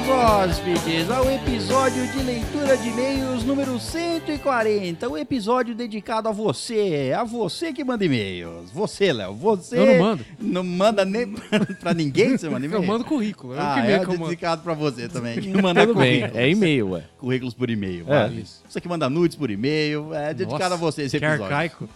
hóspedes, ao episódio de leitura de e-mails número 140, o um episódio dedicado a você, a você que manda e-mails. Você, Léo, você. Eu não mando. Não manda nem pra, pra ninguém, você manda e-mail? Eu mando currículo. é o Ah, que é meio que eu mando. dedicado pra você também, que manda Tudo bem, currículos. é e-mail, ué. Currículos por e-mail, É. vale. Você que manda nudes por e-mail, é dedicado Nossa, a você esse que episódio. arcaico.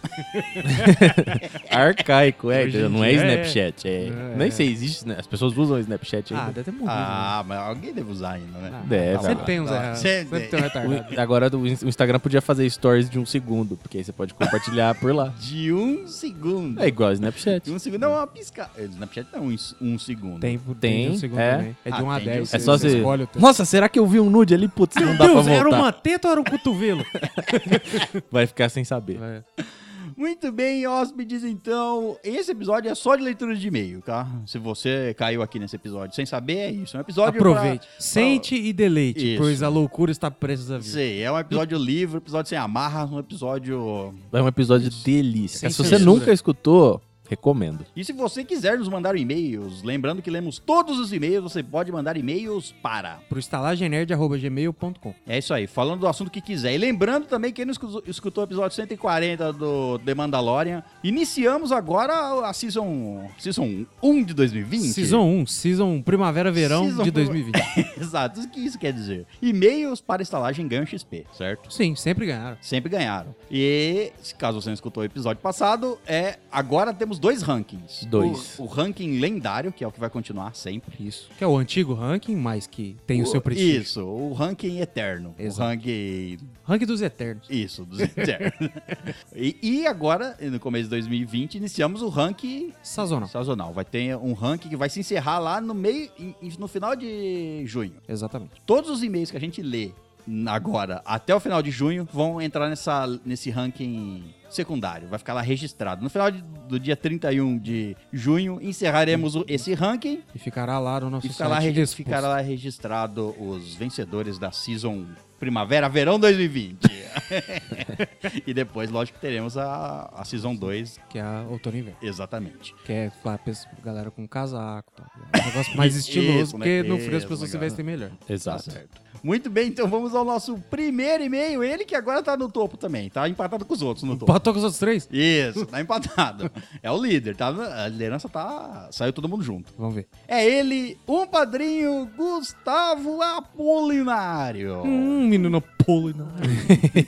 Arcaico, é. Hoje em Não é dia é- Snapchat. É... É. Nem sei, existe. Né? As pessoas usam Snapchat Ah, ainda. deve ter morrido. Ah, mas alguém deve usar ainda, né? né? deve, Ah, sempre ah, tem uns tá. errados. Sempre Sempre tem um retardado. O- agora o in- o Instagram podia fazer stories de um segundo, porque aí você pode compartilhar por lá. De um segundo. É De igual Snapchat. um segundo, não, é uma piscada. É, Snapchat não, um, um segundo. Tem, tem, de um Tem, segundo é. também. É de Ah, 1 a tem de 10. um É só você você. escolhe o teu. Nossa, será que eu vi um nude ali? Putz, não dá pra Deus, voltar. era uma teta ou era um cotovelo? Vai ficar sem saber. É. Muito bem, hóspedes, então. Esse episódio é só de leitura de e-mail, tá? Se você caiu aqui nesse episódio sem saber, é isso. É um episódio. Aproveite. pra- Sente e deleite, Isso. pois a loucura está prestes a vir. Sei, é um episódio livre, episódio sem amarra, um episódio. É um episódio delícia. Sem Se você censura. nunca escutou, recomendo. E se você quiser nos mandar e-mails, lembrando que lemos todos os e-mails, você pode mandar e-mails para. Pro estalagenerd.gmail.com. É isso aí, falando do assunto que quiser. E lembrando também, quem não escu- escutou o episódio 140 do The Mandalorian, iniciamos agora a Season, season 1 de 2020. Season 1, Season Primavera-Verão Season um. de prima- 2020. Exato, o que isso quer dizer? E-mails para estalagem ganham XP, certo? Sim, sempre ganharam. Sempre ganharam. E, se caso você não escutou o episódio passado, é agora temos dois rankings. Dois. O, o ranking lendário, que é o que vai continuar sempre. Isso. Que é o antigo ranking, mas que tem o, seu prestígio. Isso, o ranking eterno. Exato. O ranking Ranking dos Eternos. Isso, dos internos. e, e agora, no começo de 2020, iniciamos o ranking Sazonal. sazonal. Vai ter um ranking que vai se encerrar lá no meio, em- em- no final de junho. Exatamente. Todos os e-mails que a gente lê agora até o final de junho vão entrar nessa, nesse ranking secundário. Vai ficar lá registrado. No final de- do dia 31 de junho, encerraremos o- esse ranking. E ficará lá no nosso E ficará lá, site regi- exposto. ficará lá registrado os vencedores da Season Primavera, Verão 2020. e depois, lógico, teremos a, a Season 2, Que é a outono e inverno. exatamente. Que é lá, pes- galera com casaco. Tal. É Um negócio mais Isso, estiloso, né? porque no frio as Isso, pessoas se legal. vestem melhor. Tá Exato. certo. Muito bem, então vamos ao nosso primeiro e-mail. Ele que agora tá no topo também, tá empatado com os outros no topo. Bota com os outros três? Isso, tá empatado. É o líder, tá? A liderança tá. Saiu todo mundo junto. Vamos ver. É ele, um padrinho, Gustavo Apolinário. Um Hum, menino pulo. Não.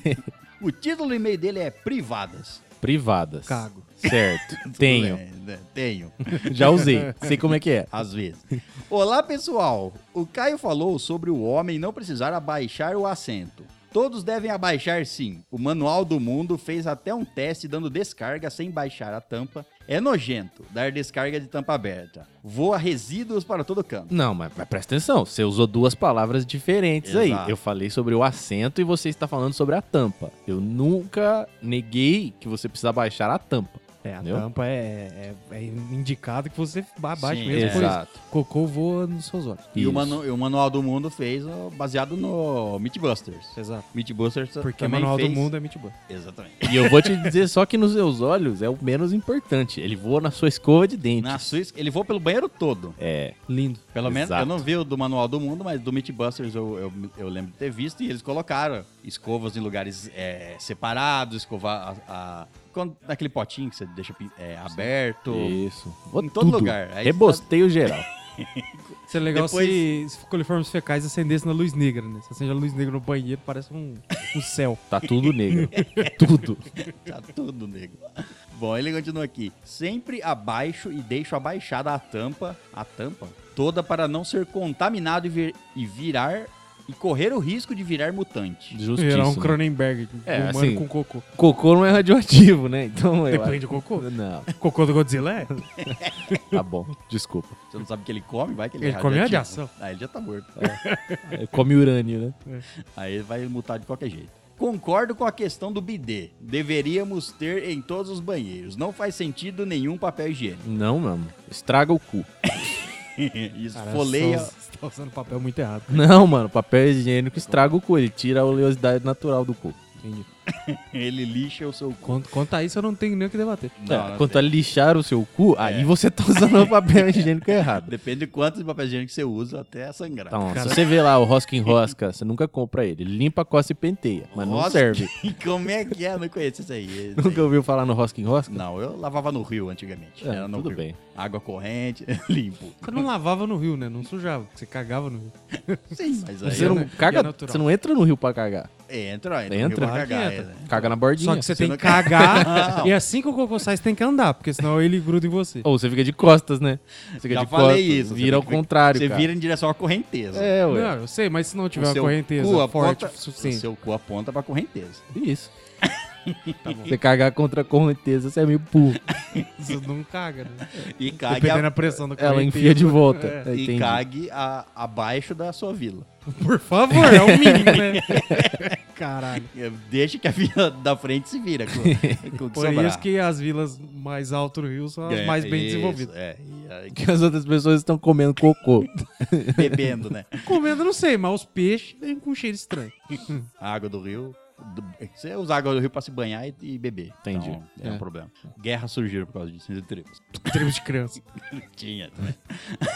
é. O título do e-mail dele é Privadas. Privadas. Cago. Certo. Tenho. É, né, tenho, Já usei. Sei como é que é. às vezes. Olá, pessoal. O Caio falou sobre o homem não precisar abaixar o assento. Todos devem abaixar sim. O Manual do Mundo fez até um teste dando descarga sem baixar a tampa. É nojento dar descarga de tampa aberta. Voa resíduos para todo canto. Não, mas, mas presta atenção. Você usou duas palavras diferentes Exato. aí. Eu falei sobre o assento e você está falando sobre a tampa. Eu nunca neguei que você precisa baixar a tampa. É, a Entendeu? tampa é, é- é indicado que você abaixe Sim, mesmo. por isso. Exato. Cocô voa nos seus olhos. E o, Isso. manu- e o Manual do Mundo fez ó, baseado no Meatbusters. Exato. Meatbusters Porque o também manual fez... do mundo é muito bom. Exatamente. E eu vou te dizer só que nos seus olhos é o menos importante. Ele voa na sua escova de dente. Na Suíça, ele voa pelo banheiro todo. É. Lindo. Pelo menos, Exato. eu não vi o do Manual do Mundo, mas do Meatbusters eu, eu, eu lembro de ter visto e eles colocaram escovas em lugares é, separados, escovar a, a- quando- naquele potinho que você deixa pin- é, aberto. Isso. Em todo lugar. Aí Rebosteio geral. Seria é legal Depois- se, se coliformes fecais acendessem na luz negra, né? Se acende a luz negra no banheiro, parece um, um céu. Tá tudo negro. tudo. Tá tudo negro. Bom, ele continua aqui. Sempre abaixo e deixo abaixada a tampa, a tampa toda para não ser contaminado e, vir- e virar e correr o risco de virar mutante. Justiça. né? Era um Cronenberg, É, humano assim, com cocô. Cocô não é radioativo, né? Então eu Depende do cocô. acho- Não, Cocô do Godzilla é? tá bom. Desculpa. Você não sabe o que ele come, vai que ele, Ele come radioativo. radiação. Ah, ele já tá morto. É, Come urânio, né? Aí ele vai mutar de qualquer jeito. Concordo com a questão do bidê. Deveríamos ter em todos os banheiros. Não faz sentido nenhum papel higiênico. Não, mano. Estraga o cu. Isso Cara, foleia. só- Você tá usando papel muito errado. Não, mano. Papel higiênico estraga o cu. Ele tira a oleosidade natural do cu. Entendi. Ele lixa o seu cu. Conta, conta isso, eu não tenho nem o que debater. Não, não Quanto a tem. É, É. lixar o seu cu, aí você tá usando o papel higiênico errado. Depende de quantos de papel higiênico você usa até sangrar. Então, se você vê lá o Rosca em Rosca, você nunca compra ele. Ele Limpa, coça e penteia, mas não Rosca- serve. Como é que é? Eu não conheço isso aí. Isso Nunca aí. ouviu falar no Rosca em Rosca? Não, eu lavava no rio antigamente. É, Era no tudo rio. bem. Água corrente, limpo. Você não lavava no rio, né? Não sujava. Você cagava no rio. Sim, mas aí Você eu não, não... caga, é natural. você não entra no rio pra cagar. entra, entra. Entra? no rio pra Claro que cagar, entra. é, né? Caga na bordinha. Só que você, Você tem não que cagar. Não. e assim que o cocô sai, você tem que andar, porque senão ele gruda em você. Ou você fica de costas, né? Você fica Já de falei costas. isso, você Vira ao tem que- contrário, Você cara. vira em direção à correnteza. É, ué. Não, eu sei, mas se não O tiver uma seu correnteza cu aponta- forte o O suficiente. seu cu aponta pra correnteza. Isso. Tá bom. Você cagar contra a correnteza, você é meio burro. Você não caga, né? E cague, Dependendo a- da pressão da correnteza. Ela enfia de volta. É. É, e entendi. cague a- abaixo da sua vila. Por favor, é o mínimo, né? Caralho. Deixa que a vila da frente se vira. Com, com o que Por sobrar. isso que as vilas mais altas do Rio são as É, mais bem isso, desenvolvidas. É, e aí, Que as outras pessoas estão comendo cocô. bebendo, né? Comendo, eu não sei, mas os peixes vêm com cheiro estranho. A água do rio. do- Você usa a água do rio pra se banhar e, e beber. Entendi. Então, é, um É. problema. Guerras surgiram por causa disso entre tribos. Tribo de criança. Tinha também.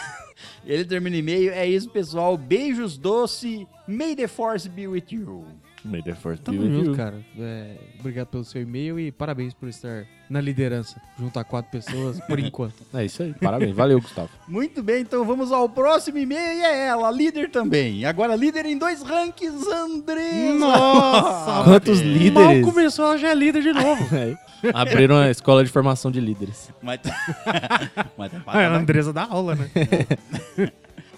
Ele termina o e-mail. É isso, pessoal. Beijos doce. May the force be with you. May the force be Tamo with junto, you. cara. É, obrigado pelo seu e-mail e parabéns por estar na liderança. Junto a quatro pessoas, por enquanto. É isso aí. Parabéns. Valeu, Gustavo. Muito bem, então vamos ao próximo e-mail e é ela, líder também. Agora líder em dois rankings, André. Nossa, Quantos Mal líderes? começou, ela já é líder de novo. É. Abriram a escola de formação de líderes. Mas, tá, mas tá Ah, é a parado. Andresa da aula, né?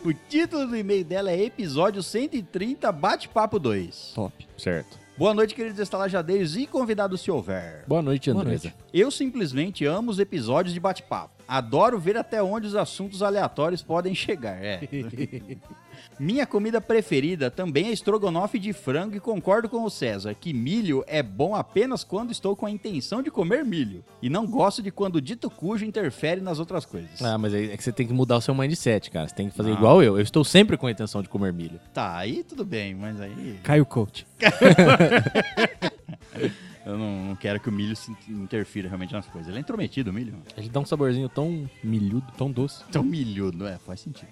O título do e-mail dela é Episódio 130 Bate-Papo 2. Top. Certo. Boa noite, queridos estalajadeiros e convidados se houver. Boa noite, Boa Andresa. Eu simplesmente amo os episódios de bate-papo. Adoro ver até onde os assuntos aleatórios podem chegar. É. Minha comida preferida também é estrogonofe de frango e concordo com o César que milho é bom apenas quando estou com a intenção de comer milho. E não gosto de quando o dito cujo interfere nas outras coisas. Ah, mas é é que você tem que mudar o seu mindset, cara. Você tem que fazer Não. igual eu. Eu estou sempre com a intenção de comer milho. Tá, aí tudo bem, mas aí Caio Coach. eu não, não quero que o milho se interfira realmente nas coisas. Ele é intrometido, o milho. Ele dá um saborzinho tão milhudo, tão doce. Tão milhudo, é, faz sentido.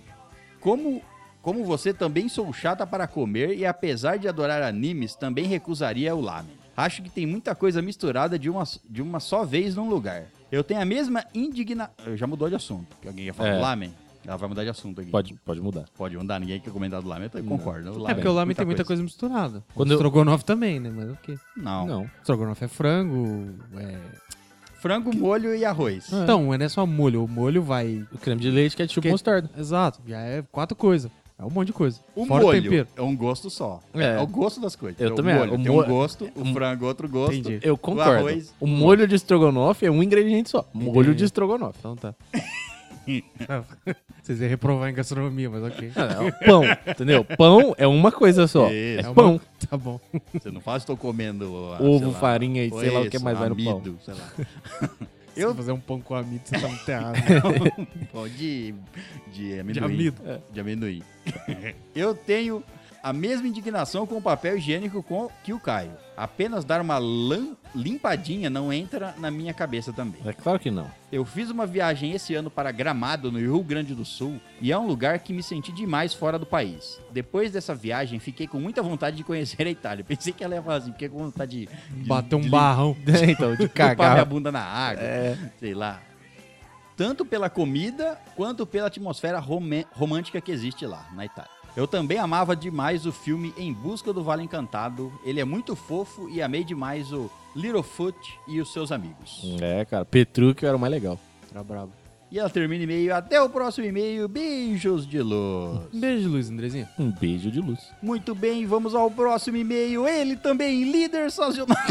Como, como você também sou chata para comer e apesar de adorar animes, também recusaria o lamen. Acho que tem muita coisa misturada de uma, de uma só vez num lugar. Eu tenho a mesma indignação... Já mudou de assunto. Que Alguém ia falar É. do lamen? Ela vai mudar de assunto aqui. Pode, pode mudar. Pode mandar, ninguém quer comentar do lamen, eu concordo. É porque o lamen tem muita coisa, misturada. Quando Quando eu- Estrogonofe também, né? Mas o quê? Não. Não. Estrogonofe é frango. é- Frango, molho e arroz. Então, não é só molho. O molho vai. O creme de leite, ketchup Que- e mostarda. Exato. Já é quatro coisas. É um monte de coisa. O Fora molho o tempero. é um gosto só. É. É. o gosto das coisas. Eu o também molho acho. O tem um molho- gosto, o frango outro gosto. Entendi. Eu concordo. O, arroz- molho de estrogonofe é um ingrediente só. Molho de estrogonofe. Então tá. Vocês iam reprovar em gastronomia, mas ok. Não, é o pão, entendeu? Pão é uma coisa só. Isso. É É uma- pão. Tá bom. Você não faz, estou comendo ah, Ovo, sei lá, farinha e sei lá o que coisa, mais vai no pão. amido, Sei lá. Se Eu você fazer um pão com amido, você tá no teatro. pão de, de amendoim. De amido. É. De amendoim. Eu tenho a mesma indignação com o papel higiênico com que o Caio. Apenas dar uma lam- limpadinha não entra na minha cabeça também. É claro que não. Eu fiz uma viagem esse ano para Gramado, no Rio Grande do Sul, e é um lugar que me senti demais fora do país. Depois dessa viagem, fiquei com muita vontade de conhecer a Itália. Pensei que ela ia falar assim, fiquei com vontade de, de Bater de um lim- barrão. É, então, de Chupar minha cagar. bunda na água, sei lá. Tanto pela comida quanto pela atmosfera romê- romântica que existe lá na Itália. Eu também amava demais o filme Em Busca do Vale Encantado. Ele é muito fofo e amei demais o Littlefoot e os seus amigos. É, cara. Petrúquio era o mais legal. Tá brabo. E ela termina o e-mail. Até o próximo e-mail. Beijos de luz. Um beijo, Luiz Andrezinha. Um beijo de luz. Muito bem, vamos ao próximo e-mail. Ele também, líder sazonal.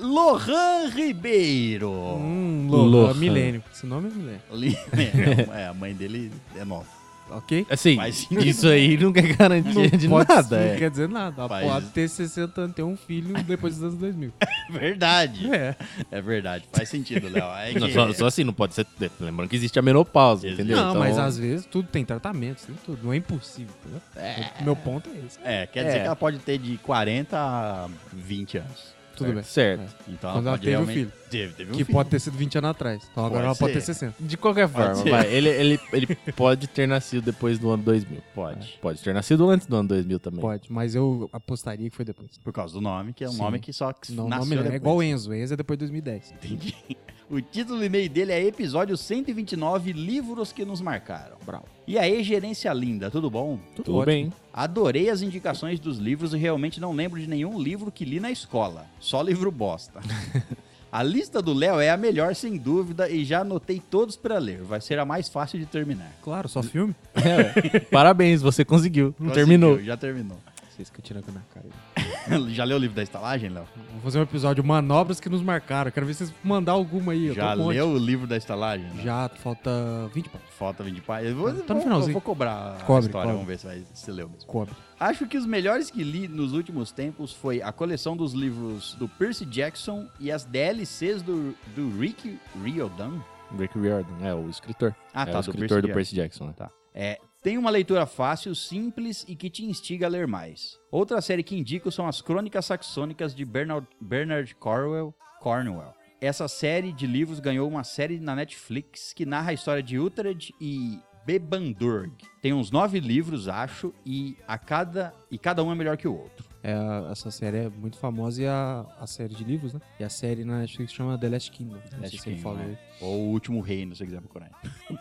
Lohan Ribeiro. Hum, Lohan. Milênio. Esse nome é Milênio. Ali- É, é, a mãe dele é nova. ok? Assim, Mas- isso aí não quer garantia de pode- nada. Não é. quer dizer nada. A Faz- porra ter 60 anos, ter um filho depois dos anos 2000. Verdade. É. É verdade. Faz sentido, Léo. É Não, que- só, só assim, não pode ser. Lembrando que existe a menopausa, entendeu? Não, Então- mas às vezes tudo tem tratamento, tem tudo. Não é impossível, entendeu? Meu ponto é esse. É, quer dizer É. que ela pode ter de 40 a 20 anos. Tudo bem. é, Certo. Então Quando ela ela pode teve o realmente... filho. Teve, teve um que filho. pode ter sido 20 anos atrás. Então agora Pode ela pode ter ser. 60. De qualquer Pode forma, ser. vai. Ele, ele, ele pode ter nascido depois do ano 2000. Pode. Pode ter nascido antes do ano 2000 também. Pode, mas eu apostaria que foi depois. Por causa do nome, que é um Sim. nome que só que Não, não nasceu me lembro. É depois. igual Enzo. Enzo é depois de 2010. Entendi. O título do e-mail dele é Episódio 129, Livros que nos marcaram. Brau. E aí, gerência linda, tudo bom? Tudo Ótimo. bem. Adorei as indicações dos livros e realmente não lembro de nenhum livro que li na escola. Só livro bosta. A lista do Léo é a melhor, sem dúvida, e já anotei todos pra ler. Vai ser a mais fácil de terminar. Claro, só filme. É, ué. Parabéns, você conseguiu. Conseguiu, Terminou. Já terminou. Vocês que tiram na cara. já leu o livro da estalagem, Léo? Vou fazer um episódio manobras que nos marcaram. Quero ver vocês mandar alguma aí. Eu tô Já com um monte. leu o livro da estalagem? Léo? Já, falta 20 pau. Falta 20 páginas. Eu vou, Tá no vou- finalzinho. eu vou cobrar a Cobre, história, cobre. vamos ver se, vai, se leu mesmo. Cobre. Acho que os melhores que li nos últimos tempos foi a coleção dos livros do Percy Jackson e as DLCs do, do Rick Riordan. Rick Riordan, é o escritor. Ah, é o escritor do Percy Jackson, né? Tá. É, tem uma leitura fácil, simples e que te instiga a ler mais. Outra série que indico são as Crônicas Saxônicas de Bernard, Bernard Cornwell, Cornwell. Essa série de livros ganhou uma série na Netflix que narra a história de Uhtred e Bebandurg. Tem uns nove livros, acho, e a cada e cada um é melhor que o outro. É, essa série é muito famosa e a, a série de livros, né? E a série na Netflix chama The Last Kingdom. Não sei Last se ele Kingdom, falou né? Ou o último reino, se quiser procurar. aí.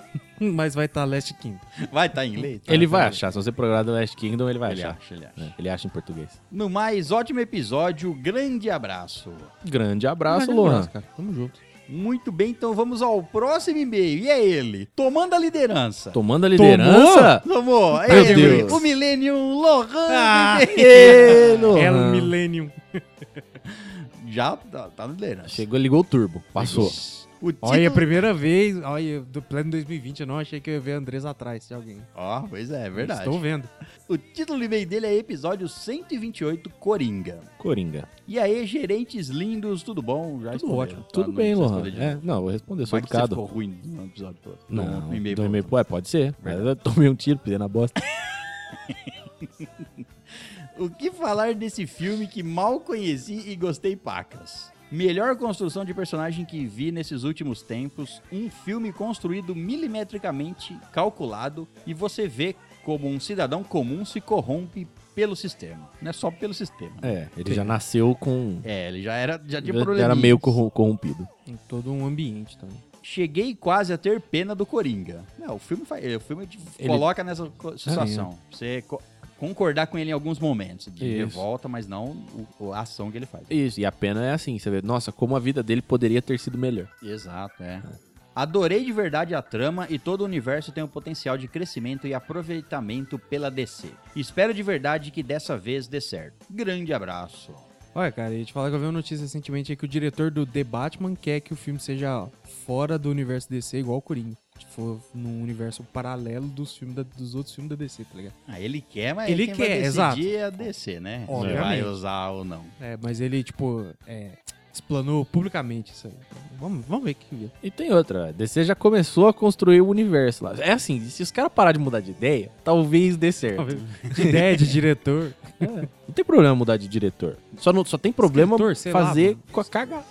Mas vai estar Last Kingdom. Vai estar tá em inglês? Tá, Ele tá vai bom. achar. Se você procurar The Last Kingdom, ele vai Ele achar. acha, ele acha. É, ele acha em português. No mais, ótimo episódio, grande abraço. Grande abraço, Grande Lohan. abraço, cara. Tamo junto. Muito bem, então vamos ao próximo e-mail. E é ele, tomando a liderança. Tomando a liderança. Tomou, é Meu ele, Deus. o Millennium Lohan. Ah, Ê, É, Lohan. El Millennium. Já tá, tá na liderança. Chegou, ligou o turbo. Passou. O título... Olha, é a primeira vez, olha, do plano 2020, eu não achei que eu ia ver a Andresa atrás de alguém. Ó, pois é, é verdade. Estou vendo. O título do e-mail dele é episódio 128, Coringa. Coringa. E aí, gerentes lindos, tudo bom? Já Tudo respondeu, ótimo. tá? Tudo Não bem, precisa Lohan. responder de É, novo. não, eu vou responder, sou Vai que você educado. ficou ruim no episódio todo. Não, No do e-mail, e-mail pro outro. Ué, pode ser. Mas eu tomei um tiro, pisei na bosta. O que falar desse filme que mal conheci e gostei pacas? Melhor construção de personagem que vi nesses últimos tempos, um filme construído milimetricamente, calculado, e você vê como um cidadão comum se corrompe pelo sistema. Não é só pelo sistema. né? É, ele já nasceu com... É, ele já era já tinha Já probleminha. era meio corrom- corrompido. Em todo um ambiente também. Cheguei quase a ter pena do Coringa. Não, o filme faz, o filme te Ele- É coloca nessa co- situação. Você co- concordar com ele em alguns momentos, de Isso. revolta, mas não o- a ação que ele faz. Isso, e a pena é assim, você vê. Nossa, como a vida dele poderia ter sido melhor. Exato, é. Adorei de verdade a trama e todo o universo tem um potencial de crescimento e aproveitamento pela DC. Espero de verdade que dessa vez dê certo. Grande abraço. Olha, cara, eu ia te falar que eu vi uma notícia recentemente aí que o diretor do The Batman quer que o filme seja fora do universo DC, igual o Coringa. Tipo, num universo paralelo dos, filmes da- dos outros filmes da DC, tá ligado? Ah, ele quer, mas Ele quem quer, vai decidir é a DC, né? Se vai Obviamente. usar ou não. É, mas ele, tipo, é, explanou publicamente isso aí. Vamos, vamos ver o que vira. E tem outra, a DC já começou a construir o universo lá. É assim, se os caras parar de mudar de ideia, talvez dê certo. De ideia de diretor. Não tem problema mudar de diretor. Só, não, só tem problema Escritor, sei lá, fazer mano. com a caga.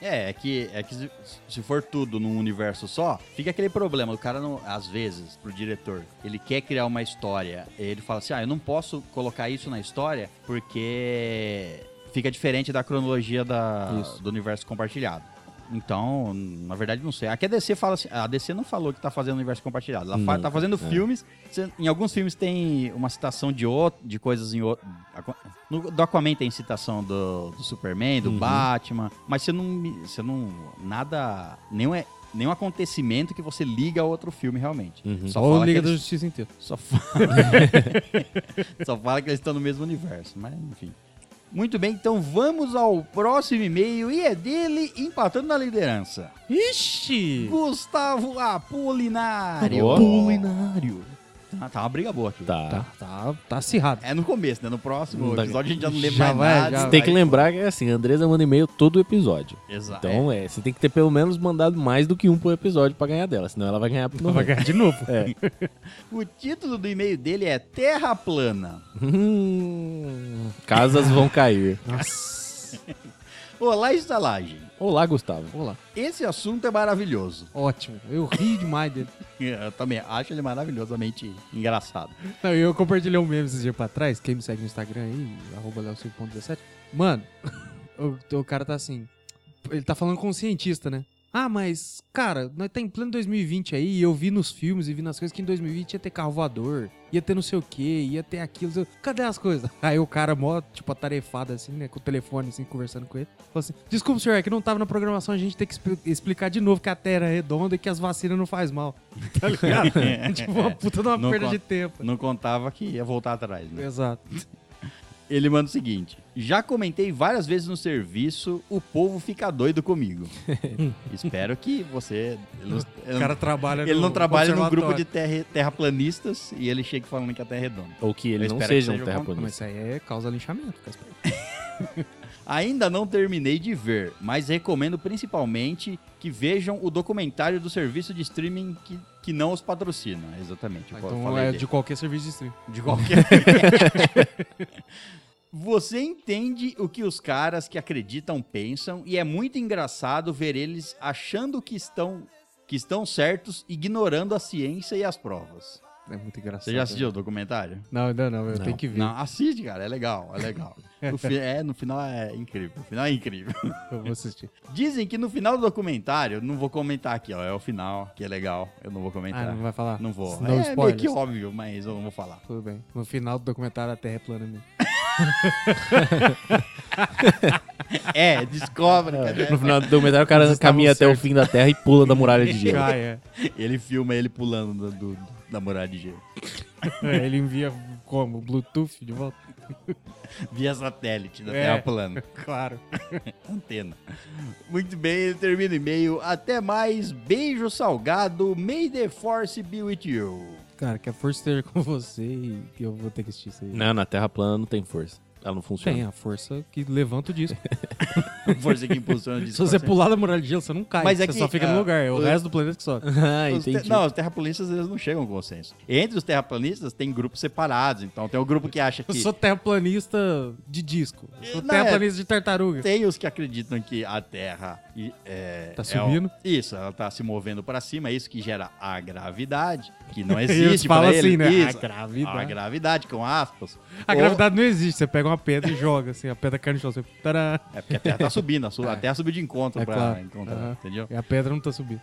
É, é que, é que se, se for tudo num universo só, fica aquele problema. O cara, não, às vezes, pro diretor, ele quer criar uma história. Ele fala assim: ah, eu não posso colocar isso na história porque fica diferente da cronologia da, Isso. do universo compartilhado. Então, na verdade, não sei. Aqui a DC fala assim, a DC não falou que tá fazendo universo compartilhado. Ela fa- Não, tá fazendo é. filmes. cê- Em alguns filmes tem uma citação de outro, de coisas em outro. Aqua- No, do Aquaman tem citação do, do Superman, do Uhum. Batman. Mas você não. me- Você não. Nada. Nenhum, é, nenhum acontecimento que você liga a outro filme realmente. Uhum. Só, Ou fala que Liga da eles, Justiça inteiro. só, fala, só fala que eles estão no mesmo universo. Mas enfim. Muito bem, então vamos ao próximo e-mail e é dele empatando na liderança. Ixi! Gustavo Apolinário. Boa. Apolinário. Ah, tá uma briga boa aqui. Tá. Tá, tá, tá acirrado. É no começo, né? No próximo Não dá- episódio a gente já não Já lembra mais vai, nada. já vai. Ah, Tem que lembrar que é assim, a Andresa manda e-mail todo episódio. Exato. Então, é, você tem que ter pelo menos mandado mais do que um por episódio pra ganhar dela, senão ela vai ganhar por Vai 90. ganhar de novo. É, O título do e-mail dele é Terra Plana. Hum, Casas vão cair. Nossa. Olá, estalagem. Olá, Gustavo. Olá. Esse assunto é maravilhoso. Ótimo. Eu ri demais dele. Eu também acho ele maravilhosamente engraçado. Não, eu compartilhei um meme esses dias pra trás. Quem me segue no Instagram aí, arroba leo5.17. Mano, o, o cara tá assim. Ele tá falando com um cientista, né? Ah, mas, cara, nós tá em pleno 2020 aí, e eu vi nos filmes e vi nas coisas que em 2020 ia ter carro voador, ia ter não sei o que, ia ter aquilo. não sei o- Cadê as coisas? Aí o cara, mó, tipo, atarefado assim, né, com o telefone, assim, conversando com ele, falou assim: Desculpa, senhor, é que não tava na programação, a gente tem que expli- explicar de novo que a Terra é redonda e que as vacinas não faz mal. Tá ligado? tipo, uma puta de uma É, Não perda con- de tempo. Não contava que ia voltar atrás, né? Exato. Ele manda o seguinte: Já comentei várias vezes no serviço, o povo fica doido comigo. Espero que você. Ele não, O cara trabalha ele no não trabalha num grupo observatório. de terra, terraplanistas e ele chega falando que a Terra é redonda. Ou que ele Eu não espero que seja seja um o Não, terraplanista. Mas isso aí é causa linchamento, fica esperto. Ainda não terminei de ver, mas recomendo principalmente que vejam o documentário do serviço de streaming que, que não os patrocina. Exatamente. eu Então falei é dele. de qualquer serviço de stream. De qualquer. Você entende o que os caras que acreditam pensam e é muito engraçado ver eles achando que estão que estão certos, ignorando a ciência e as provas. É muito engraçado. Você já assistiu o documentário? Não, ainda não, eu Não. tenho que ver. Não, assiste, cara, é legal, é legal. No fi- é, no final é incrível, o final é incrível. Eu vou assistir. Dizem que no final do documentário, não vou comentar aqui, ó, é o final, que é legal, eu não vou Ah, comentar. não vai falar? não, vou. Não é meio spoilers. que óbvio, mas eu não vou falar. Tudo bem. No final do documentário a Terra é plana mesmo. É, descobre, cadê? No final do documentário, o cara Eles estavam caminha até o certos. fim da Terra e pula da muralha de gelo. Ah, é. Ele filma ele pulando do, do- da muralha de gelo. É, Ele envia como? Bluetooth de volta? Via satélite da É. Terra plana. Claro. Antena. Muito bem, ele termina o e-mail. Até mais. Beijo salgado. May the force be with you. Cara, que a força esteja com você e que eu vou ter que assistir isso aí. Não, na Terra plana não tem força. Ela não funciona. Tem a força que levanta o disco. Força que impulsiona disso. Se você pular da muralha de gelo, você não cai. Mas é você que, só fica ah, no lugar. É o o- resto do planeta que sobe. ah, Os te- entendi. Não, os terraplanistas eles não chegam a um consenso. Entre os terraplanistas tem grupos separados. Então tem o grupo que acha Eu que sou terraplanista de disco. Eu sou Não, é terraplanista de tartaruga. tem os que acreditam que a Terra e- é, é Tá o- subindo? isso, ela tá se movendo para cima, é isso que gera a gravidade, que não Eles existe falam para assim, ele. né? Isso, A gravidade. A gravidade, com aspas. A Ou- gravidade não existe. Você pega uma pedra e joga, assim, a pedra cai no chão. Você... Tadã! É porque a Terra tá subindo, a, su- a Terra subiu de encontro É pra claro. encontrar, Aham. entendeu? E a pedra não tá subindo.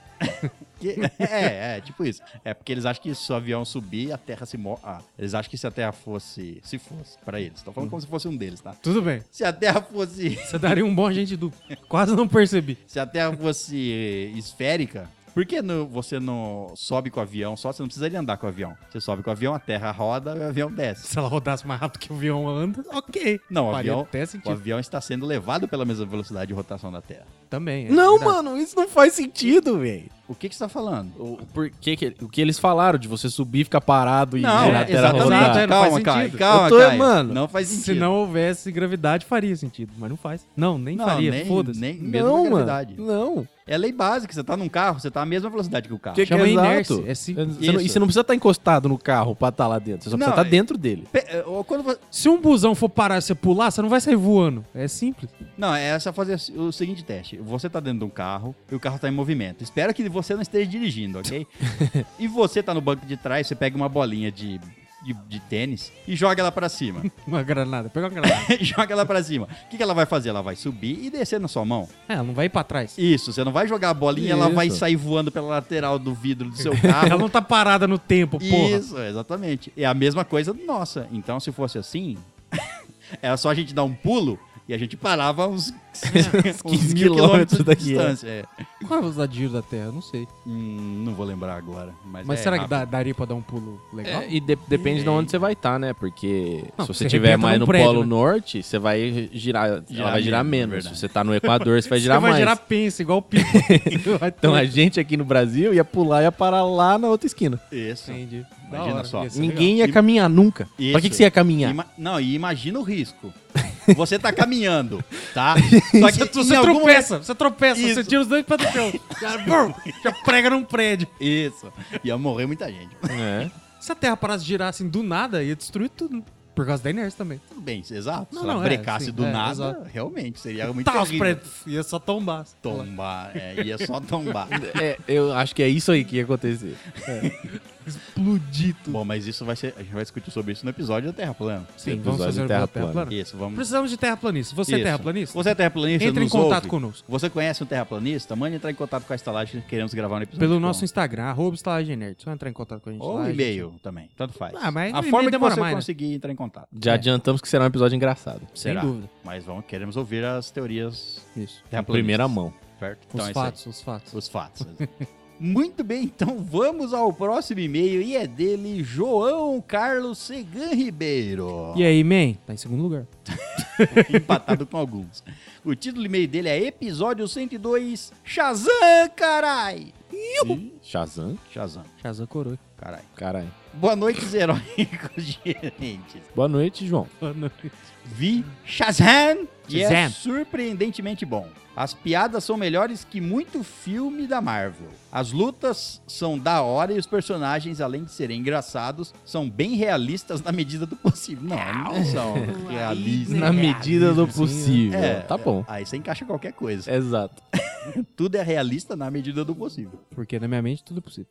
Que- é, é, tipo isso. É porque eles acham que se o avião subir, a Terra se move. Ah, eles acham que se a Terra fosse. Se fosse, pra eles. Tô Uhum. falando como se fosse um deles, tá? Tudo bem. Se a Terra fosse. Você daria um bom agente duplo. Quase não percebi. Se a Terra fosse esférica, por que no- você não sobe com o avião só? Você não precisaria andar com o avião. Você sobe com o avião, a Terra roda e o avião desce. Se ela rodasse mais rápido que o avião anda, ok. Não, o Faria avião, até o sentido. avião está sendo levado pela mesma velocidade de rotação da Terra. Também. é Não, verdade. mano, isso não faz sentido, velho. O que, que você está falando? O, por que que- o que eles falaram de você subir, ficar parado e Não, gerar é, a Terra exatamente. rodar? é, não calma, faz Caio. sentido. Calma, Eu tô- Caio. mano, Não faz sentido. Se não houvesse gravidade, faria sentido. Mas não faz. Não, nem Não, faria. nem, Foda-se. nem mesmo Não, na mano. gravidade. Não. É lei básica. Você tá num carro, você tá à mesma velocidade que o carro. Que- Chama é inércia. exato. É simples. Você não- e Isso. você não precisa estar encostado no carro pra estar lá dentro. Você só Não, precisa estar é- dentro dele. Pe- eh, ou quando vo- Se um busão for parar e você pular, você não vai sair voando. É simples. Não, é só fazer o seguinte teste. Você tá dentro de um carro e o carro tá em movimento. Espero que você não esteja dirigindo, ok? e você tá no banco de trás, você pega uma bolinha de, de, de tênis e joga ela pra cima. Uma granada. Pega uma granada. joga ela pra cima. O que, que ela vai fazer? Ela vai subir e descer na sua mão. é, ela não vai ir pra trás. Isso, você não vai jogar a bolinha, ela Isso. vai sair voando pela lateral do vidro do seu carro. Ela não tá parada no tempo, porra. Isso, exatamente. É a mesma coisa nossa. Então, se fosse assim, era só a gente dar um pulo E a gente parava uns, uns 15 mil quilômetros de daqui, é. distância. é. Qual é a velocidade de giro da Terra? Eu Não sei. Hum, não vou lembrar agora. Mas, Mas é será que rápido. dá- daria pra dar um pulo legal? É, e de- depende de onde você vai estar, né? Porque Não, se você você estiver arrebenta mais num no prédio, Polo né? Norte, você vai girar, Girar ela vai girar menos, menos. verdade. Se você tá no Equador, você vai Você girar vai mais. girar pensa, igual o pico. Vai ter- Então a gente aqui no Brasil ia pular e ia parar lá na outra esquina. Isso. Entendi. um Da Imagina só. ia ser legal. Ninguém ia caminhar nunca. Isso. Pra que, que você ia caminhar? Ima- não, e imagina o risco. Você tá caminhando, tá? Só que Você em algum tropeça, você tropeça, Isso. você tira os dois pés do chão. Já, bum, já prega num prédio. momento- Isso. Ia morrer muita gente. É. Se a Terra parasse de girar assim do nada, ia destruir tudo. Por causa da inércia também. Tudo bem, exato. Não, Se ela não, é, brecasse sim, do é, nada, exato. realmente, seria muito tá, os horrível. prédios ia só tombar. Tombar, é, ia só tombar. É, eu acho que é isso aí que ia acontecer. Explodir tudo. Bom, mas isso vai ser. A gente vai discutir sobre isso no episódio da Terra Plana. Sim, episódio vamos fazer Terra o Terra plana. Plana. Isso, vamos. Precisamos de terraplanista. Você é Isso. terraplanista? Você é terraplanista? Entre em nos contato ouve? conosco. Você conhece um terraplanista? Mande entrar em contato com a estalagem que queremos gravar um episódio. Pelo com- nosso Instagram, arroba estalagem nerd. Só entrar em contato com a gente Ou lá. a gente- e-mail também, tanto faz. Ah, mas a no forma e-mail que demora você mais, né? conseguir entrar em contato. Já É. adiantamos que será um episódio engraçado. Sem Será? dúvida. Mas vamos, queremos ouvir as teorias Isso. Em terraplanistas. primeira mão. Certo? Os é isso aí. fatos, os fatos. Os fatos. Muito bem, então vamos ao próximo e-mail e é dele João Carlos Segan Ribeiro. E aí, man? Tá em segundo lugar. Empatado com alguns. O título do e-mail dele é Episódio 102 Shazam, carai! Ih, Shazam? Shazam, Shazam Coroi. carai. Caralho. Boa noite, heróicos gerentes. Boa noite, João. Vi Shazam e é Shazam. surpreendentemente bom. As piadas são melhores que muito filme da Marvel. As lutas são da hora e os personagens, além de serem engraçados, são bem realistas na medida do possível. Não, não são realistas. Na medida Sim, do né? possível. É, tá bom. Aí você encaixa qualquer coisa. Exato. Tudo é realista na medida do possível. Porque na minha mente tudo é possível.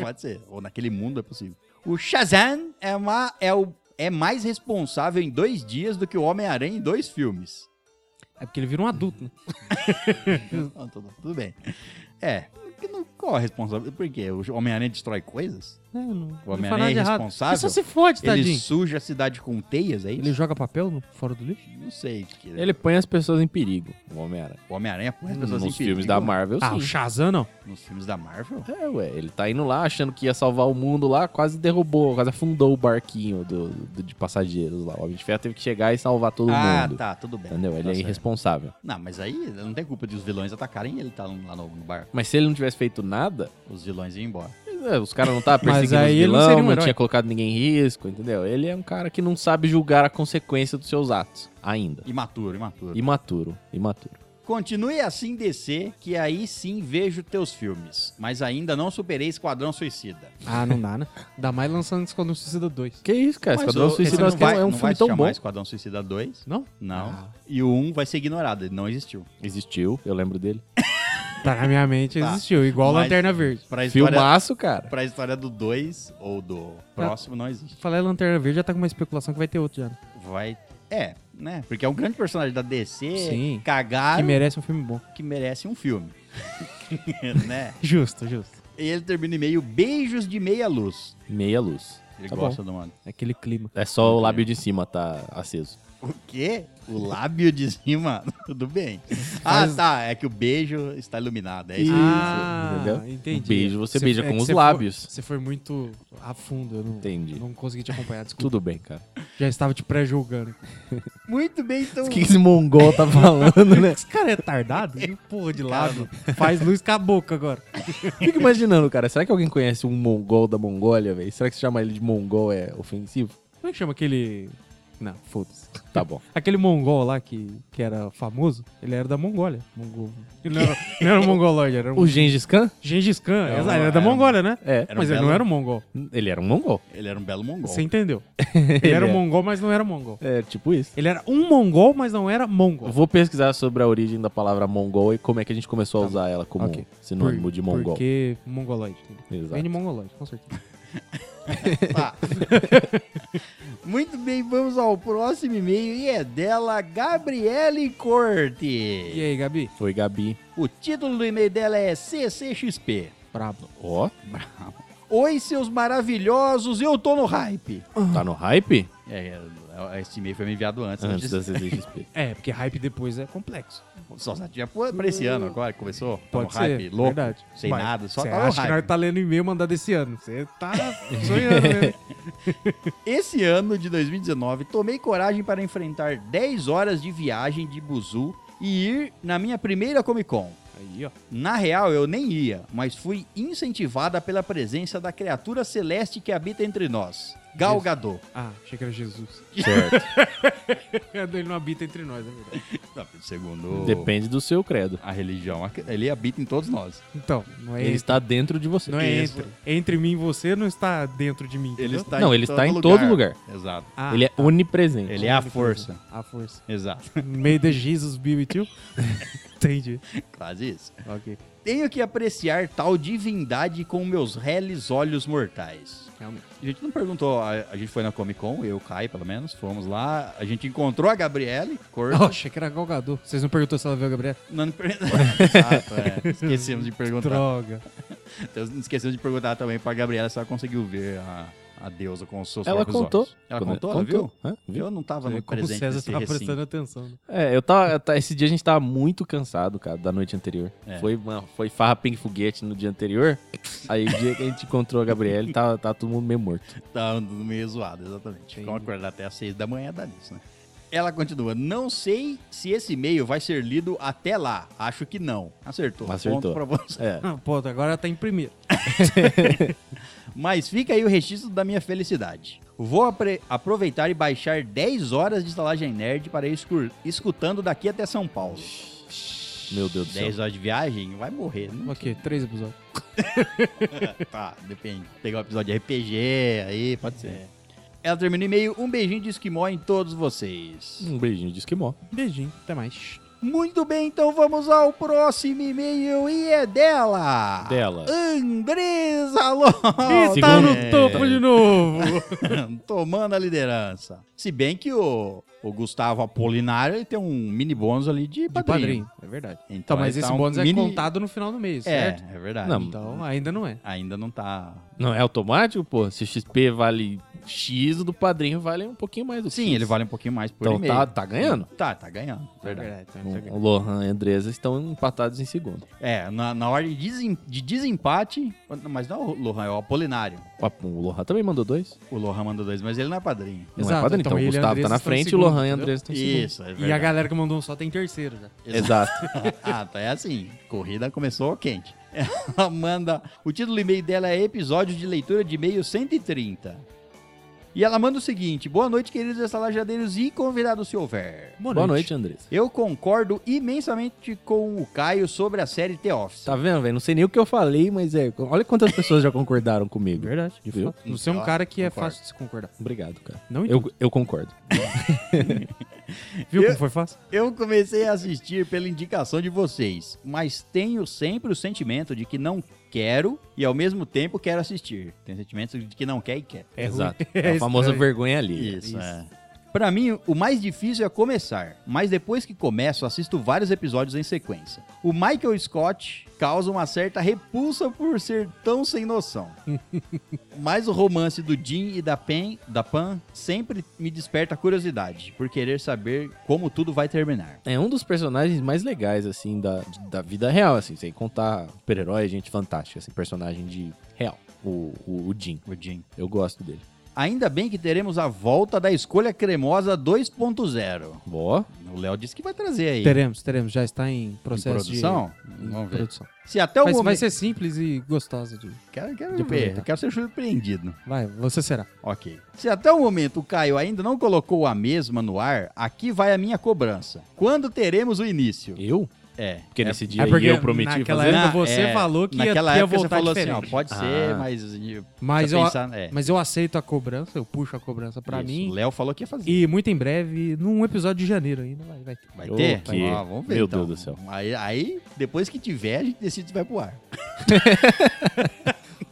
Pode ser. Ou naquele mundo é possível. O Shazam é, uma, é, o, é mais responsável em dois dias do que o Homem-Aranha em dois filmes. É porque ele vira um adulto, né? Hum. Não, tudo, tudo bem. É, porque não, qual a responsabilidade? Por quê? O Homem-Aranha destrói coisas? É, O não, não Homem-Aranha é errado. responsável? Ele só se fode, Ele tadinho. suja a cidade com teias, é Ele, isso? joga papel no- fora do lixo? Não sei. Que... Ele põe as pessoas em perigo, o Homem-Aranha. O Homem-Aranha põe as Nos pessoas em filmes perigo. da Marvel, Ah, o sim. Shazam não. Nos filmes da Marvel? É, ué, ele tá indo lá achando que ia salvar o mundo lá, quase derrubou, quase afundou o barquinho do, do- de passageiros lá. O Homem de Ferro teve que chegar e salvar todo ah, mundo. tá, tudo bem. Entendeu? Ele Tá é certo. irresponsável. Não, mas aí não tem culpa de os vilões atacarem ele, tá lá no, no barco. Mas se ele não tivesse feito nada, Os vilões iam embora. é, os caras não estavam Mas perseguindo os aí ele não vilão, seria um não, herói. tinha colocado ninguém em risco, entendeu? Ele é um cara que não sabe julgar a consequência dos seus atos, ainda. Imaturo, imaturo. Imaturo, imaturo. Continue assim DC, que aí sim vejo teus filmes. Mas ainda não superei Esquadrão Suicida. Ah, não dá, né? Ainda mais lançando Esquadrão Suicida 2. Que isso, cara? Mas Esquadrão o- esse Suicida não é um- vai- é um não filme vai se tão chamar bom. Esquadrão Suicida 2. Não? Não. Ah. E o 1 vai ser ignorado, ele não existiu. Existiu, eu lembro dele. Tá na minha mente, Tá. existiu. Igual Mas- Lanterna Verde. Pra história, Filmaço, cara. pra história do 2 ou do próximo, não existe. Falar em Lanterna Verde já tá com uma especulação que vai ter outro já. né? Vai. É, né? Porque é um grande personagem da DC, Sim. Que cagaram, que, merece um filme bom. merece um filme. né? Justo, justo. E ele termina em meio beijos de meia luz. Meia luz. Ele Tá gosta do mano. Aquele clima. É só o lábio de cima tá aceso. O quê? O lábio de cima? Tudo bem. Faz- Ah, tá. É que o beijo está iluminado. É Isso, isso. entendeu? Ah, entendi. Um beijo, você beija é com que os você lábios. foi- Você foi muito a fundo, eu não, Entendi. não consegui te acompanhar, desculpa. Tudo bem, cara. Já estava te pré-julgando. Muito bem, então. O que esse mongol tá falando, né? Esse cara é tardado? Que porra de Cara, lábio. Faz luz com a boca agora. Fico imaginando, cara. Será que alguém conhece um mongol da Mongólia, velho? Será que se chamar ele de mongol é ofensivo? Como é que chama aquele... Não, foda-se. Tá bom. Aquele mongol lá que, que era famoso, ele era da Mongólia. Mongol. Ele não era, não era um mongoloide, era um... O Gengis Khan? Gengis Khan, É, exato, um- ele era era da um- Mongólia, né? É. Era um Mas ele belo- não era um mongol. Ele era um mongol. Ele era um belo mongol. Você entendeu. Ele era é. um mongol, mas não era mongol. É, tipo isso. Ele era um mongol, mas não era mongol. Eu Vou pesquisar sobre a origem da palavra mongol e como é que a gente começou a Tá. usar ela como Ok. sinônimo de mongol. Porque mongoloide. entendeu? Vem Exato. de mongoloide, com certeza. Tá. Muito bem, vamos ao próximo e-mail e é dela Gabriele Corte. E aí, Gabi? Foi Gabi. O título do e-mail dela é CCXP. Brabo. Ó, Bravo. Oi, seus maravilhosos, eu tô no hype. tá no hype? É, é, esse e-mail foi enviado antes. Antes antes da CCXP. É, porque hype depois é complexo. Só já foi pra esse ano agora que começou. Tá Pode um ser, hype louco, verdade. sem Vai. nada, só Você tava no acha que hype. nós tá lendo e-mail mandado esse ano. Você tá sonhando né? mesmo. Esse ano de 2019, tomei coragem para enfrentar 10 horas de viagem de buzu e ir na minha primeira Comic Con. Aí, ó. Na real, eu nem ia, mas fui incentivada pela presença da criatura celeste que habita entre nós, Gal Gadot. Ah, achei que era Jesus. certo. Ele não habita entre nós, é verdade. Segundo Depende do seu credo. a religião, ele habita em todos nós. Então, não é Ele está dentro de você. Não é Isso. entre. Entre mim e você não está dentro de mim. Ele entendeu? está Não, em ele todo está em lugar. todo lugar. Exato. Ah, Ele é onipresente. Ele é a força. A força. Exato. May the Jesus be with you. Entendi. Quase isso. Ok. Tenho que apreciar tal divindade com meus reles olhos mortais. Realmente. A gente não perguntou, a, a gente foi na Comic Con, eu, Kai, pelo menos, fomos lá, a gente encontrou a Gabriele, Oh, corta. achei que era galgador. Vocês não perguntou se ela viu a Gabriela? Não, não per- Exato, é. Esquecemos de perguntar. Droga. Então, Esquecemos de perguntar também pra Gabriela se ela conseguiu ver a, a deusa com os seus Ela próprios contou. é? olhos. um Ela contou, ela viu? Hã? Viu? Eu não tava no Como o presente César nesse tá recinto. prestando atenção. né? É, eu tava. eu ta- Esse dia a gente tava muito cansado, cara, da noite anterior. É. Foi, mano, foi farra ping foguete no dia anterior. Aí o dia que a gente encontrou a Gabriele, tava, tava todo mundo meio morto. Tá andando meio zoado, exatamente. Ficam acordados até às seis da manhã, dá nisso, né? Ela continua, não sei se esse e-mail vai ser lido até lá. Acho que não. Acertou. Acertou. Ponto pra você. É. Ah, pô, agora tá em primeiro. Mas fica aí o registro da minha felicidade. Vou apre- aproveitar e baixar 10 horas de estalagem nerd para ir escur- escutando daqui até São Paulo. Meu Deus do céu. 10 horas de viagem? Vai morrer, né? Ok, três episódios. tá, depende. Pegar um episódio de RPG aí, pode ser. Ela termina o e-mail, um beijinho de esquimó em todos vocês. Um beijinho de esquimó. Beijinho, até mais. Muito bem, então vamos ao próximo e-mail e é dela. Dela. Andresa Lopes. Ih, tá segundo- no topo de novo. Tomando a liderança. Se bem que o, o Gustavo Apolinário ele tem um mini bônus ali de De padrinho. padrinho, é verdade. Então, Então, mas ele tá esse um bônus é mini- contado no final do mês, É, certo? é verdade. Não. Então, ainda não é. Ainda não tá... Não é automático, pô? Se XP vale X, o do padrinho vale um pouquinho mais do que Sim, X. ele vale um pouquinho mais por Então e-mail. tá- tá ganhando? Tá, tá ganhando, verdade. Tá O- verdade. O Lohan e a Andresa estão empatados em segundo. É, na, na ordem de, desem- de desempate... Mas não é o Lohan, é o Apolinário. O- O Lohan também mandou dois. O Lohan mandou dois, mas ele não é padrinho. Não é Exato, padrinho. então Então, o ele e a Gustavo tá Andresa na estão em frente e o segundo, Lohan e a entendeu? Andresa estão em segundo. Isso, é E a verdade. galera que mandou um só tem terceiro já. Exato. ah, tá, é assim. Corrida começou quente. Ela manda. O título do e-mail dela é Episódio de Leitura de E-mail 130. E ela manda o seguinte: Boa noite, queridos estalajadeiros e convidados, se houver. Boa noite, Andresa. Eu concordo imensamente com o Caio sobre a série The Office. Tá vendo, velho? Não sei nem o que eu falei, mas é. Olha quantas pessoas já concordaram comigo. Verdade, de Viu? fato. Você é um Então, cara que é concordo. fácil de se concordar. Obrigado, cara. Não em Eu, eu concordo. Viu Eu- como foi fácil? Eu comecei a assistir pela indicação de vocês, mas tenho sempre o sentimento de que não quero e ao mesmo tempo quero assistir. Tem sentimento de que não quer e quer. É Exato. ruim. É a É famosa estranho. vergonha ali. Isso, é. Pra mim, o mais difícil é começar, mas depois que começo, assisto vários episódios em sequência. O Michael Scott causa uma certa repulsa por ser tão sem noção. mas o romance do Jim e da Pen, da Pan sempre me desperta curiosidade, por querer saber como tudo vai terminar. É um dos personagens mais legais, assim, da, da vida real, assim, sem contar super-herói, gente fantástica, assim, personagem de real. O, o, o Jim. O Jim. Eu gosto dele. Ainda bem que teremos a volta da escolha cremosa 2.0. Boa. O Léo disse que vai trazer aí. Teremos, teremos. Já está em Em processo produção? de em Vamos ver. produção. Se até É o Vai, momento... vai ser simples e gostosa de... Quero, quero ver, de aproveitar. quero ser surpreendido. Vai, você será. Ok. Se até o momento o Caio ainda não colocou a mesma no ar, aqui vai a minha cobrança. Quando teremos o início? Eu? É. Porque é, nesse dia aí eu prometi naquela fazer. época época você é, falou que ia, naquela ia época você voltar falou diferente. assim, ó, pode ser, Ah. mas... mas, eu, pensar, é, mas eu aceito a cobrança, eu puxo a cobrança pra isso. mim. O Léo falou que ia fazer. E muito em breve, num episódio de janeiro ainda, vai, vai. ter. Vai ter? Ok. Ah, vamos ver Meu então. Deus do céu. Aí, aí, depois que tiver, a gente decide se vai pro ar.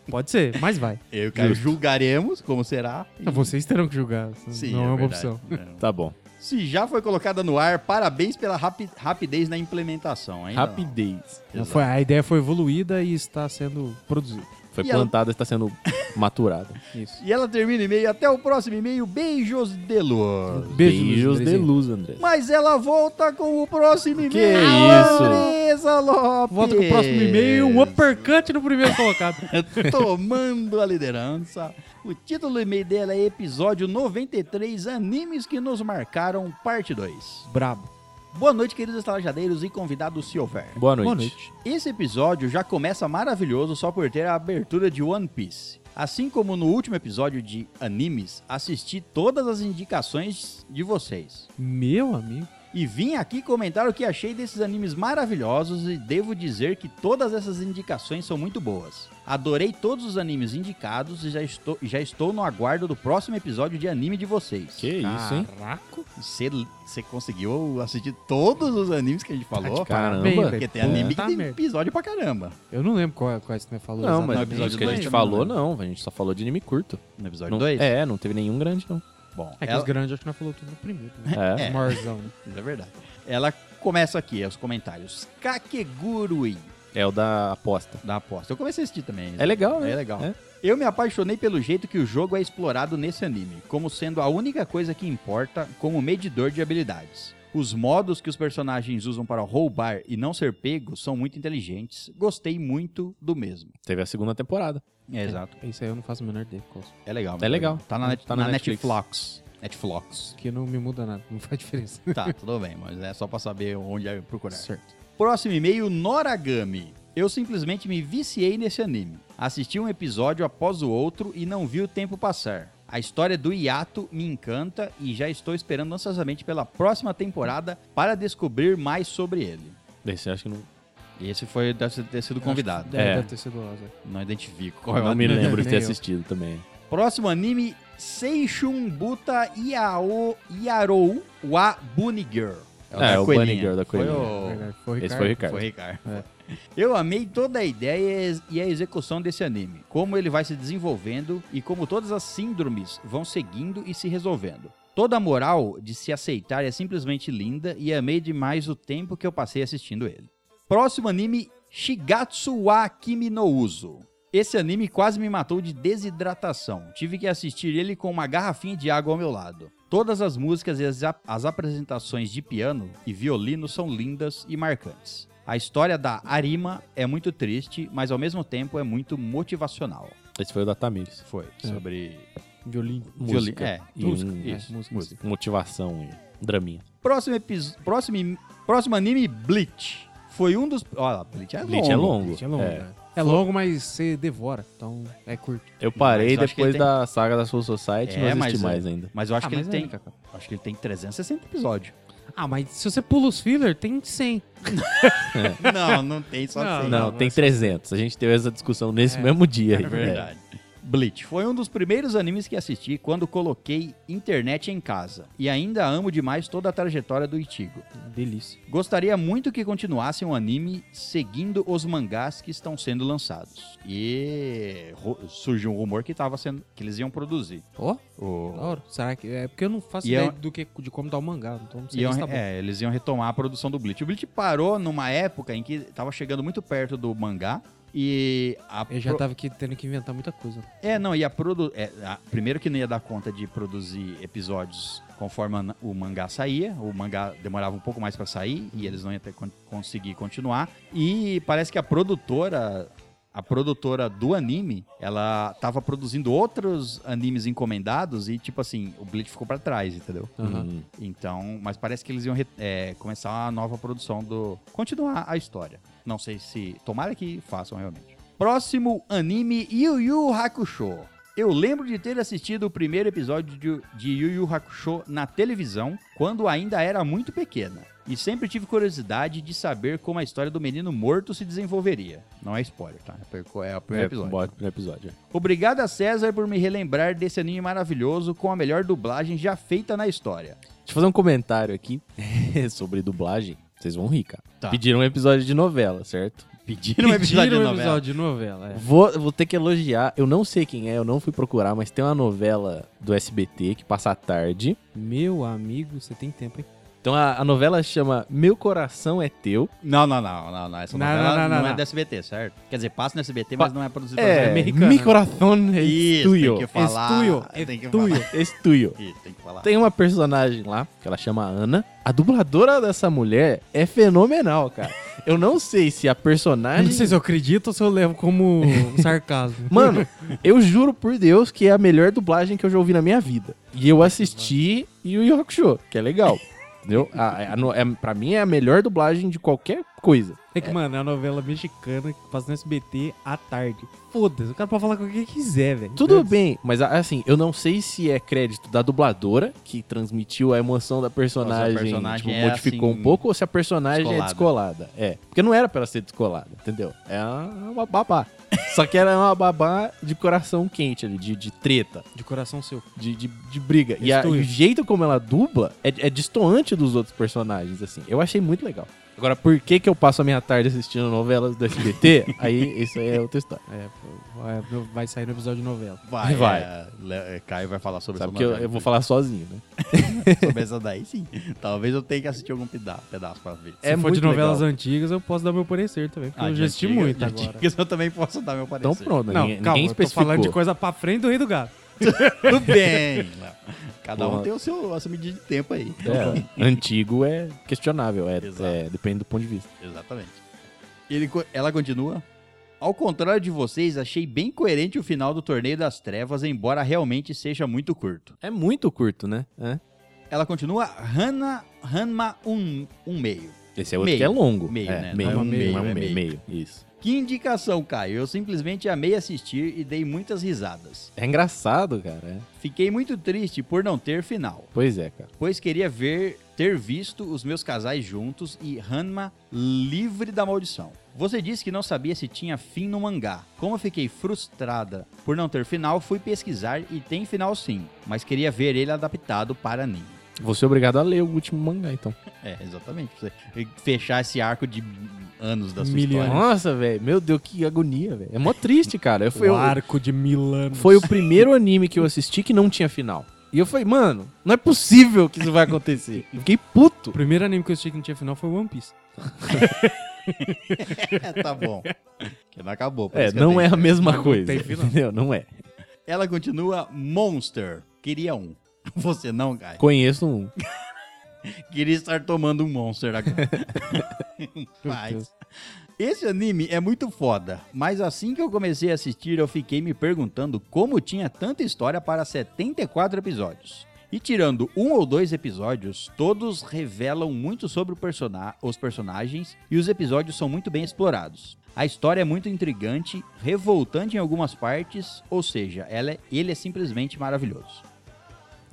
Pode ser, mas vai. Eu e o Caio julgaremos como será. e- Vocês terão que julgar, Sim, não é, uma verdade. opção. Não. Tá bom. Se já foi colocada no ar, parabéns pela rapi- rapidez na implementação. Ainda não. Rapidez. Não Exato. foi, a ideia foi evoluída e está sendo produzida. Foi E ela- plantada, está sendo maturada. Isso. E ela termina o e-mail. Até o próximo e-mail. Beijos de luz. Beijo, Beijos de Andrezinho. luz, André. Mas ela volta com o próximo e-mail. Que isso? Andresa Lopes. Volta com o próximo e-mail. Um uppercut no primeiro colocado. Tomando a liderança. O título do e-mail dela é Episódio 93 Animes que nos marcaram, parte 2. Brabo. Boa noite, queridos estalajadeiros e convidados, se houver. Boa noite. Boa noite. Esse episódio já começa maravilhoso só por ter a abertura de One Piece. Assim como no último episódio de Animes, assisti todas as indicações de vocês. Meu amigo. E vim aqui comentar o que achei desses animes maravilhosos e devo dizer que todas essas indicações são muito boas. Adorei todos os animes indicados e já estou, já estou no aguardo do próximo episódio de anime de vocês. Que isso, hein? Caraca. Você você conseguiu assistir todos os animes que a gente falou? Tá de Caramba. Bem, velho. Porque tem anime que Puta tem merda. episódio pra caramba. Eu não lembro qual, é, qual você me falou. Não, mas no exatamente. episódio isso que a dois gente também, falou, né? não. A gente só falou de anime curto. No episódio Não, 2? é, não teve nenhum grande, não. Bom, É que ela- os grandes acho que não falou tudo no primeiro. Né? É. É. Marzão. Isso é verdade. Ela começa aqui, é os comentários. Kakegurui, É, o da aposta. da aposta. Eu comecei a assistir também. É legal, né? É legal. É. Eu me apaixonei pelo jeito que o jogo é explorado nesse anime, como sendo a única coisa que importa como medidor de habilidades. Os modos que os personagens usam para roubar e não ser pego são muito inteligentes. Gostei muito do mesmo. Teve a segunda temporada. É, exato. Isso aí eu não faço o menor ideia. qual- É legal. É legal. Tá na, net, Tá na na Netflix. Netflix. Netflix. Que não me muda nada. Não faz diferença. Tá, tudo bem, mas é só pra saber onde é procurar. Certo. Próximo e-mail, Noragami. Eu simplesmente me viciei nesse anime. Assisti um episódio após o outro e não vi o tempo passar. A história do Yato me encanta e já estou esperando ansiosamente pela próxima temporada para descobrir mais sobre ele. Esse eu acho que não. Esse foi deve ter sido convidado. Deve, É. deve ter sido o Ozzy. Não identifico. qual é o Não me anime. lembro de Nem ter eu. assistido também. Próximo anime, Seishun Buta Yao Yarou wa Bunny Girl. É, da o coelhinha. Bunny Girl da coelhinha. Foi o- É Verdade, Foi o Esse Ricardo. foi o Ricardo. Foi Ricardo. É. Eu amei toda a ideia e a execução desse anime, como ele vai se desenvolvendo e como todas as síndromes vão seguindo e se resolvendo. Toda a moral de se aceitar é simplesmente linda e amei demais o tempo que eu passei assistindo ele. Próximo anime, Shigatsu wa Kimi no Uso. Esse anime quase me matou de desidratação. Tive que assistir ele com uma garrafinha de água ao meu lado. Todas as músicas e as, ap- as apresentações de piano e violino são lindas e marcantes. A história da Arima é muito triste, mas ao mesmo tempo é muito motivacional. Esse foi o da Tamires. Foi sobre Violino. violino. Música. É, E música. um- Isso, é, música. música. Motivação e draminha. Próximo episódio. Próximo, próximo anime, Bleach. Foi um dos. Olha lá, Bleach é longo. Bleach é longo. Gente, É longo, É. né? É longo, mas você devora. Então é curto. Eu parei Mas eu acho que depois ele tem- da saga da Soul Society É, e não mas assisti é- mais ainda. Mas eu acho Ah, que ele mas tem. é, Cacá. Acho que ele tem 360 episódios. Ah, mas se você pula os filler, tem 100. Não, não tem só Não, assim. Não, tem mas- 300. A gente teve essa discussão nesse É. mesmo dia. aí. É verdade. Bleach foi um dos primeiros animes que assisti quando coloquei internet em casa. E ainda amo demais toda a trajetória do Ichigo. É. Delícia. Gostaria muito que continuasse um anime seguindo os mangás que estão sendo lançados. E ru- surgiu um rumor que tava sendo que eles iam produzir. Ó, O- da hora. Será que. É porque eu não faço E ideia é do que, de como tá o mangá. Então não sei Iam, se tá bom. é, eles iam retomar a produção do Bleach. O Bleach parou numa época em que tava chegando muito perto do mangá e a Eu já pro- tava aqui tendo que inventar muita coisa. É, não, e a produ... é, a- Primeiro que não ia dar conta de produzir episódios conforme an- o mangá saía. O mangá demorava um pouco mais pra sair e eles não iam ter con- conseguir continuar. E parece que a produtora... A produtora do anime, ela tava produzindo outros animes encomendados e, tipo assim, o Bleach ficou pra trás, entendeu? Aham. Hum. Então, mas parece que eles iam re- é, começar uma nova produção do. Continuar a história. Não sei se. Tomara que façam realmente. Próximo anime Yu Yu Hakusho. Eu lembro de ter assistido o primeiro episódio de, de Yu Yu Hakusho na televisão, quando ainda era muito pequena. E sempre tive curiosidade de saber como a história do menino morto se desenvolveria. Não é spoiler, tá? É perco- É o primeiro É, episódio. bora pro primeiro episódio. é. Obrigado a César por me relembrar desse anime maravilhoso com a melhor dublagem já feita na história. Deixa eu fazer um comentário aqui sobre dublagem. Vocês vão rir, cara. Tá. Pediram um episódio de novela, certo? Pediram um episódio Tira de um novela. episódio de novela. é. Vou, vou ter que elogiar. Eu não sei quem é, eu não fui procurar, mas tem uma novela do SBT que passa à tarde. é. Meu amigo, você tem tempo, hein? Então a, a novela chama Meu Coração é Teu. Não, não, não, não, não. Essa Não, novela não, não, não, não, é não. da SBT, certo? Quer dizer, passa no SBT, mas não é produzida É, pela SBT. americana, Mi né? Coração é Isso, tem Teu. que falar. É tem que tuyo. falar. É Teu. Isso, tem que falar. Tem uma personagem lá, que ela chama Ana. A dubladora dessa mulher é fenomenal, cara. Eu não sei se a Eu personagem. não sei se eu acredito ou se eu levo como um sarcasmo. Mano, eu juro por Deus que é a melhor dublagem que eu já ouvi na minha vida. E eu assisti e o Yu Hakusho, que é legal. Entendeu? A, a no- é- pra mim é a melhor dublagem de qualquer coisa. É que, mano, é uma novela mexicana que passa no SBT à tarde. Foda-se, o cara pode falar com quem quiser, velho. Tudo bem. bem, mas a- assim, eu não sei se é crédito da dubladora, que transmitiu a emoção da personagem, Ou se a personagem tipo, é modificou assim, um pouco, ou se a personagem é descolada. descolada. É, porque não era pra ela ser descolada, entendeu? É uma uma babá. Só que ela é uma babá de coração quente ali, de- de treta. De coração seu. de, de, de briga. E, a- Estúdio. e o jeito como ela dubla é, é destoante dos outros personagens, assim. Eu achei muito legal. Agora, por que que eu passo a minha tarde assistindo novelas do SBT? aí, isso aí é outra história. É, pô, vai- vai sair no episódio de novela. Vai, Vai. é, Le- é, Caio vai falar sobre Sabe essa que eu, novela. eu vou falar sozinho, né? sobre essa daí, sim. Talvez eu tenha que assistir algum peda- pedaço pra ver. Se É for de muito novelas legal. antigas, eu posso dar meu parecer também, porque Ah, eu de já assisti antigas- muito de agora. antigas eu também posso dar meu parecer. Então pronto, Não, ninguém, calma, ninguém eu tô falando de especificou. coisa pra frente do Rei do Gato. Tudo bem. Léo. Cada um Porra. tem o seu, a sua medida de tempo aí. É, antigo é questionável, é, Exato. é, depende do ponto de vista. Exatamente. Ele, co- ela continua. Ao contrário de vocês, achei bem coerente o final do Torneio das Trevas, embora realmente seja muito curto. É muito curto, né? É. Ela continua Hana, Hanma um, um meio. Esse é outro Meio. que é longo. Meio, é, né? Meio, Não é meio, não é meio. meio, meio, Isso. Que indicação, Caio. Eu simplesmente amei assistir e dei muitas risadas. É engraçado, cara. é. Fiquei muito triste por não ter final, Pois é, cara. pois queria ver ter visto os meus casais juntos e Hanma livre da maldição. Você disse que não sabia se tinha fim no mangá. Como eu fiquei frustrada por não ter final, fui pesquisar e tem final sim, mas queria ver ele adaptado para anime. Vou ser é obrigado a ler o último mangá, então. É, exatamente. Pra você fechar esse arco de anos da sua Mil história. anos. Nossa, velho. Meu Deus, que agonia, velho. É mó triste, cara. Eu fui, o eu, arco de Milano. foi o primeiro anime que eu assisti que não tinha final. E eu falei, mano, não é possível que isso vai acontecer. Eu fiquei puto. O primeiro anime que eu assisti que não tinha final foi One Piece. É, tá bom. Que não acabou. por É, isso que eu não tenho- é a mesma não coisa. tem final. Entendeu? Não é. Ela continua Monster. Queria um. Você não, Caio. Conheço um. Queria estar tomando um Monster agora. Meu Mas... Deus. Esse anime é muito foda, mas assim que eu comecei a assistir, eu fiquei me perguntando como tinha tanta história para 74 episódios. E tirando um ou dois episódios, todos revelam muito sobre o persona- os personagens e os episódios são muito bem explorados. A história é muito intrigante, revoltante em algumas partes, ou seja, ela é- ele é simplesmente maravilhoso.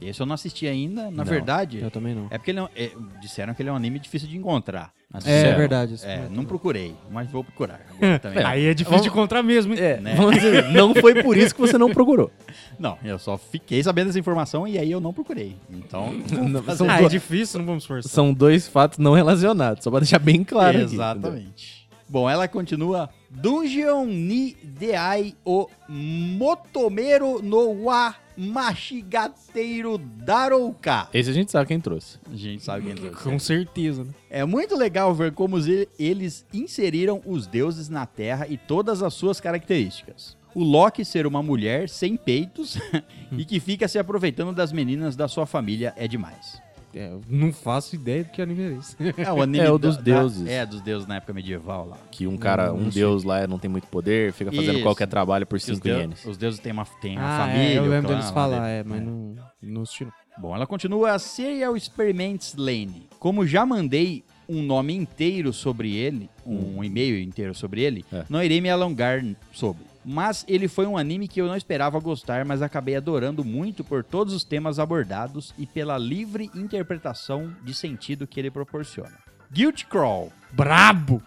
Esse eu não assisti ainda, na Não, verdade. Eu também não. É porque ele é um- é- disseram que ele é um anime difícil de encontrar. Mas É, disseram. verdade. isso É, mesmo. não procurei, mas vou procurar. agora também. Aí é difícil de encontrar mesmo, hein? É, Né? vamos dizer, não foi por isso que você não procurou. Não, eu só fiquei sabendo dessa informação e aí eu não procurei. Então, vou Não, fazer são Ah, é duas- difícil, não vamos forçar. São dois fatos não relacionados, só pra deixar bem claro. aqui, entendeu? Exatamente. Bom, ela continua. Dungeon ni deai o motomero no wa machigateiro darouka. Esse a gente sabe quem trouxe. A gente sabe quem trouxe. Com certeza, né? É muito legal ver como os- eles inseriram os deuses na Terra e todas as suas características. O Loki ser uma mulher sem peitos e que fica se aproveitando das meninas da sua família é demais. É, eu não faço ideia do que anime é esse. É o, anime É o da- dos da- deuses. é, dos deuses na época medieval lá. Que um cara, Não, um não sei. deus lá não tem muito poder, fica fazendo Isso. qualquer trabalho por Que Os, 5 deu- ienes. os deuses têm uma, têm uma Ah, família. é, eu o lembro clã deles lá né? falar, dele. é, mas não, não assisti não. Bom, ela continua Serial Experiments Lane. Como já mandei um nome inteiro sobre ele, um e-mail inteiro sobre ele, É. não irei me alongar sobre. Mas ele foi um anime que eu não esperava gostar, mas acabei adorando muito por todos os temas abordados e pela livre interpretação de sentido que ele proporciona. Guilt Crawl. Brabo!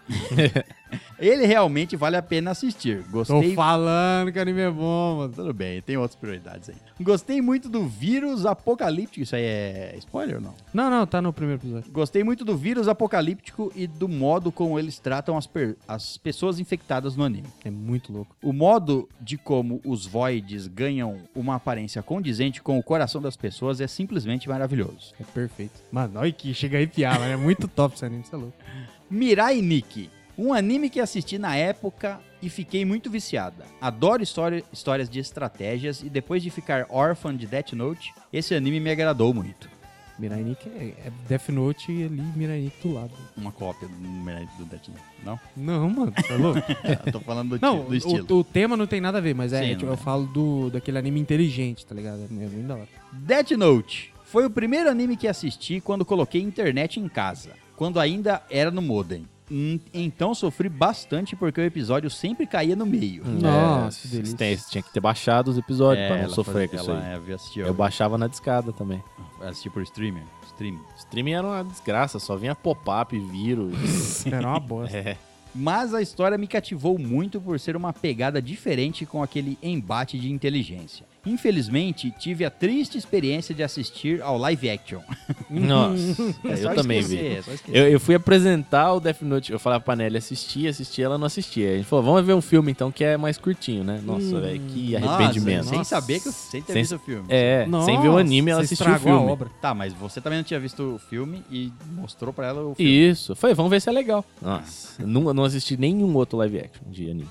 Ele realmente vale a pena assistir. Tô Gostei. falando que anime é bom, mano. Tudo bem, tem outras prioridades aí. Gostei muito do vírus apocalíptico. Isso aí é spoiler ou não? Não, não, tá no primeiro episódio. Gostei muito do vírus apocalíptico e do modo como eles tratam as, per- as pessoas infectadas no anime. É muito louco. O modo de como os voids ganham uma aparência condizente com o coração das pessoas é simplesmente maravilhoso. É perfeito. Mano, olha que chega a arrepiar, mano. É muito top esse anime, você é louco. Mirai Nikki, um anime que assisti na época e fiquei muito viciada. Adoro história- histórias de estratégias e depois de ficar órfã de Death Note, esse anime me agradou muito. Mirai Nikki é, é Death Note e ali Mirai Nikki do lado. Uma cópia do Mirai do Death Note, não? Não, mano, você é louco. Eu tô falando do, ti- Não, do estilo. o, o tema não tem nada a ver, mas é, Sim, tipo, não é. eu falo do, daquele anime inteligente, tá ligado? É muito da hora. Death Note foi o primeiro anime que assisti quando coloquei internet em casa, quando ainda era no modem. Hum, Então sofri bastante porque o episódio sempre caía no meio. Nossa, que É, delícia. tem- tinha que ter baixado os episódios pra não Hum. É, ela sofrer fazia- com isso ela aí. é, assistia, Eu baixava na discada também. assistia por streamer. Streaming. Streaming era uma desgraça, só vinha pop-up, vírus. Era uma bosta. é. Mas a história me cativou muito por ser uma pegada diferente com aquele embate de inteligência. Infelizmente, tive a triste experiência de assistir ao live action. Nossa, É eu só também vi. esquecer, é só esquecer. Eu, eu fui apresentar o Death Note, eu falava pra Nelly assistir, assistir, ela não assistia. A gente falou, vamos ver um filme então que é mais curtinho, né? Nossa, Hum. velho, que Nossa, arrependimento. sem Nossa. saber que eu sem ter Sem- visto o filme. É, sem ver o Nossa, anime, ela você assistiu o estragou a filme. obra. Tá, mas você também não tinha visto o filme e mostrou pra ela o filme. Isso, foi, vamos ver se é legal. Nossa, não, não assisti nenhum outro live action de anime.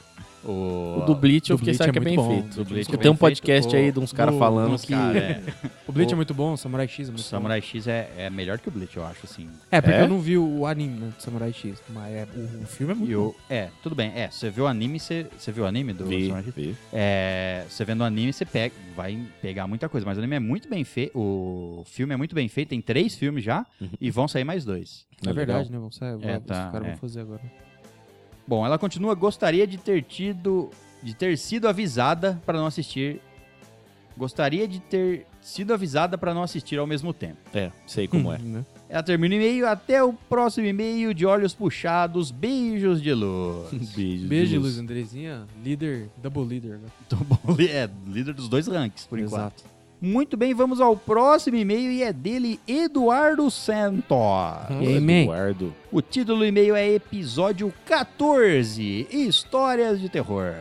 O do Bleach eu fiquei Bleach sabendo é que é bem muito bom, feito. do Bleach é Tem bem um podcast feito, aí o- de uns caras do- falando Uns que. cara, é. O Bleach O- é muito bom, o Samurai X é muito Samurai X é, é melhor que o Bleach, eu acho, assim. bom. É, porque É? eu não vi o anime né, do Samurai X, mas é- o, o filme é muito E bom. o, é, tudo bem. É, você viu o anime, você, você viu o anime do Uhum. Vi, Samurai X? vi. É, você vendo o anime, você pega, vai pegar muita coisa. Mas o anime é muito bem feito, o filme é muito bem feito, tem três filmes já, Uhum. e vão sair mais dois. É Legal. verdade, né? Vamos sair, É, é, tá, os caras é. vão fazer agora. Bom, ela continua, gostaria de ter tido. de ter sido avisada para não assistir. Gostaria de ter sido avisada para não assistir ao mesmo tempo. É, sei como é. Né? Ela termina o e-mail, até o próximo e-mail de olhos puxados, beijos de luz. Beijo, Beijo, Luiz Andrezinha, líder, double leader. Né? Tô bom, li- é, líder dos dois ranks, por enquanto. Exato. Muito bem, vamos ao próximo e-mail e é dele, Eduardo Uhum. Santos. E aí, man? Eduardo. O título do e-mail é Episódio 14, Histórias de Terror.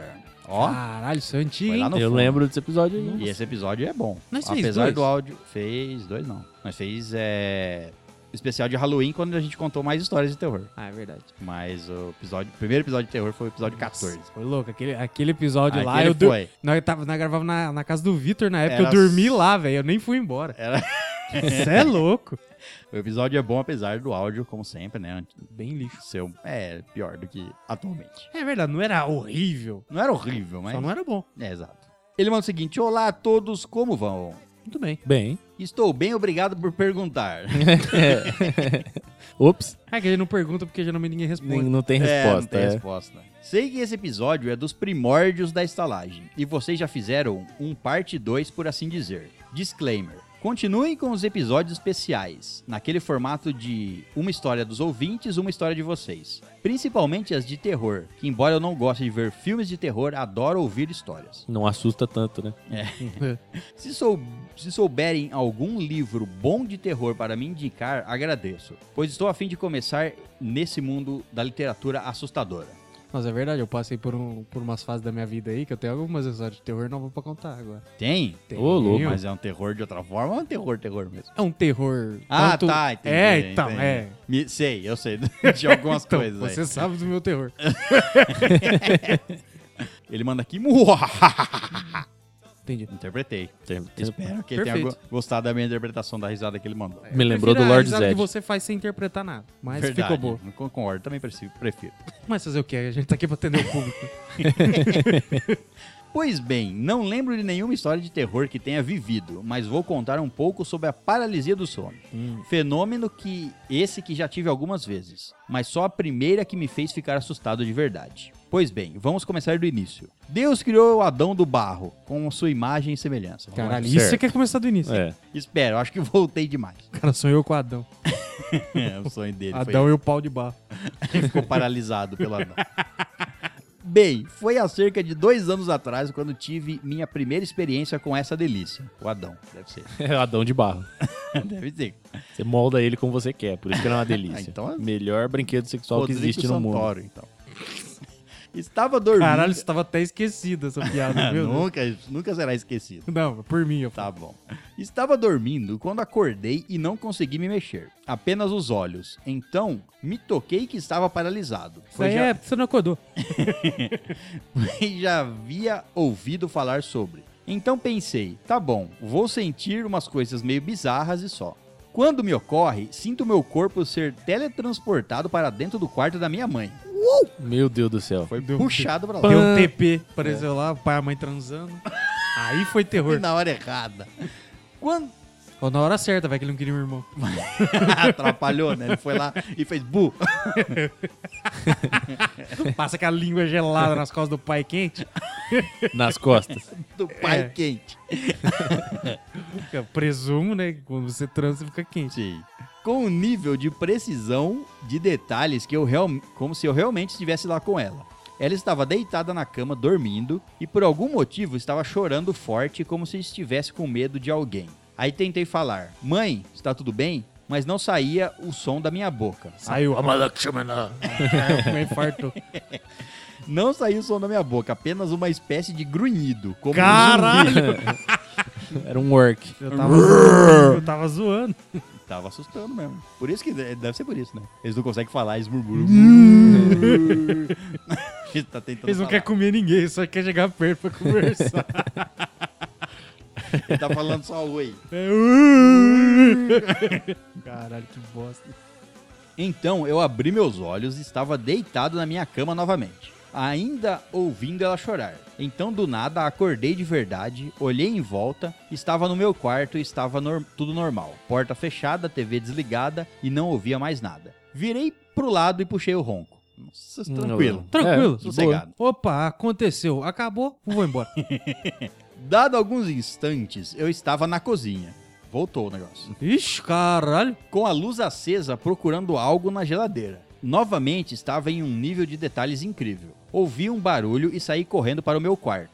Ó, Caralho, isso é antigo, Foi lá hein? no Ah, Eu fundo. lembro desse episódio aí. E esse episódio é bom. Nós fez Apesar dois? do áudio. Fez dois, não. Nós fez é, especial de Halloween quando a gente contou mais histórias de terror. Ah, é verdade. Mas o episódio, o primeiro episódio de terror foi o episódio 14. Foi louco, aquele, aquele episódio lá, Aquele eu, du- foi. Nós, tava, nós gravava na, na casa do Vitor na época, Era eu dormi lá, velho. Eu nem fui embora. Era- Você é louco. O episódio é bom, apesar do áudio, como sempre, né? Bem lixo. Ser um- é pior do que atualmente. É verdade, não era horrível. Não era horrível, mas. Só não era bom. É, exato. Ele manda o seguinte: Olá a todos, como vão? Muito bem. Bem. Estou bem, obrigado por perguntar. Ops, É que ele não pergunta porque geralmente ninguém responde. nem- não É, tem não resposta. tem é. resposta. Sei que esse episódio é dos primórdios da estalagem, e vocês já fizeram um parte 2, por assim dizer. Disclaimer. Continuem com os episódios especiais, naquele formato de uma história dos ouvintes, uma história de vocês. Principalmente as de terror, que embora eu não goste de ver filmes de terror, adoro ouvir histórias. Não assusta tanto, né? Se, sou- se souberem algum livro bom de terror para me indicar, agradeço, pois estou a fim de começar nesse mundo da literatura assustadora. Mas é verdade, eu passei por, um, por umas fases da minha vida aí que eu tenho algumas histórias de terror novas pra contar agora. Tem? Tem. Ô, louco. Mas é um terror de outra forma ou é um terror, terror mesmo? É um terror. Ah, tanto- tá, entendi. É, então, entendi. é. é. Me- sei, eu sei de algumas Então, coisas aí. você sabe do meu terror. Ele manda aqui, "Muahaha". Entendi. interpretei. Espero que ele tenha Perfeito. go- gostado da minha interpretação da risada que ele mandou. Me lembrou Prefiro do a Lord risada Zed. que você faz sem interpretar nada. Mas ficou boa. Não con- Concordo, também preci- prefiro. Mas fazer o quê? A gente tá aqui pra atender o público. Pois bem, não lembro de nenhuma história de terror que tenha vivido, mas vou contar um pouco sobre a paralisia do sono. Fenômeno que esse que já tive algumas vezes, mas só a primeira que me fez ficar assustado de verdade. Pois bem, vamos começar do início. Deus criou Adão do barro, com sua imagem e semelhança. Vamos lá. Caralho, certo. isso você quer começar do início. É. Espera, eu acho que voltei demais. Cara, sonhou com Adão. É, o sonho dele foi Adão e o pau de barro. Ele ficou paralisado pela dor. Bem, foi há cerca de dois anos atrás quando tive minha primeira experiência com essa delícia. O Adão, deve ser. É Adão de barro. deve ser. Você molda ele como você quer, por isso que ele é uma delícia. Ah, então- Melhor brinquedo sexual Rodrigo que existe no mundo. Santoro, então. Estava dormindo. Caralho, você tava até esquecido essa piada, Ah, viu? nunca, nunca será esquecido. Não, por mim, eu Tá bom. Estava dormindo quando acordei e não consegui me mexer. Apenas os olhos. Então, me toquei que estava paralisado. Isso Foi aí já- é, você não acordou. e já havia ouvido falar sobre. Então pensei, tá bom, vou sentir umas coisas meio bizarras e só. Quando me ocorre, sinto meu corpo ser teletransportado para dentro do quarto da minha mãe. Meu Deus do céu. Foi Deu- puxado para lá. Deu um TP, É. apareceu lá, o pai e a mãe transando. Aí foi Deu terror. na hora errada. Quando Ó, na hora certa, vai que ele não queria um irmão. atrapalhou, né? Ele foi lá e fez bu. Passa com a língua gelada nas costas do pai quente, Nas costas. do pai É. quente. fica presumo, né? que Quando você transa, você fica quente. Sim. Com um nível de precisão de detalhes que eu real... como se eu realmente estivesse lá com ela. Ela estava deitada na cama dormindo e por algum motivo estava chorando forte como se estivesse com medo de alguém. Aí tentei falar: "Mãe, está tudo bem?" Mas não saía o som da minha boca. Saiu. Como infarto. Não saía o som da minha boca, apenas uma espécie de grunhido. Como um Caralho! Era um work. Eu tava, zoando, eu tava zoando. Tava assustando mesmo. Por isso que deve ser por isso, né? Eles não conseguem falar, eles murmuram. Eles tá tentando Eles não falar. querem comer ninguém, só quer chegar perto pra conversar. Ele tá falando só oi. É, uh! Caralho, que bosta. Então eu abri meus olhos e estava deitado na minha cama novamente, ainda ouvindo ela chorar. Então do nada acordei de verdade, olhei em volta, estava no meu quarto e estava nor- tudo normal. Porta fechada, TV desligada e não ouvia mais nada. Virei pro lado e puxei o ronco. Nossa, é Hum, tá tranquilo. Tranquilo. Sossegado. Opa, aconteceu. Acabou, vou embora. Dado alguns instantes, eu estava na cozinha. Voltou o negócio. Ixi, caralho. com a luz acesa procurando algo na geladeira. Novamente estava em um nível de detalhes incrível. Ouvi um barulho e saí correndo para o meu quarto.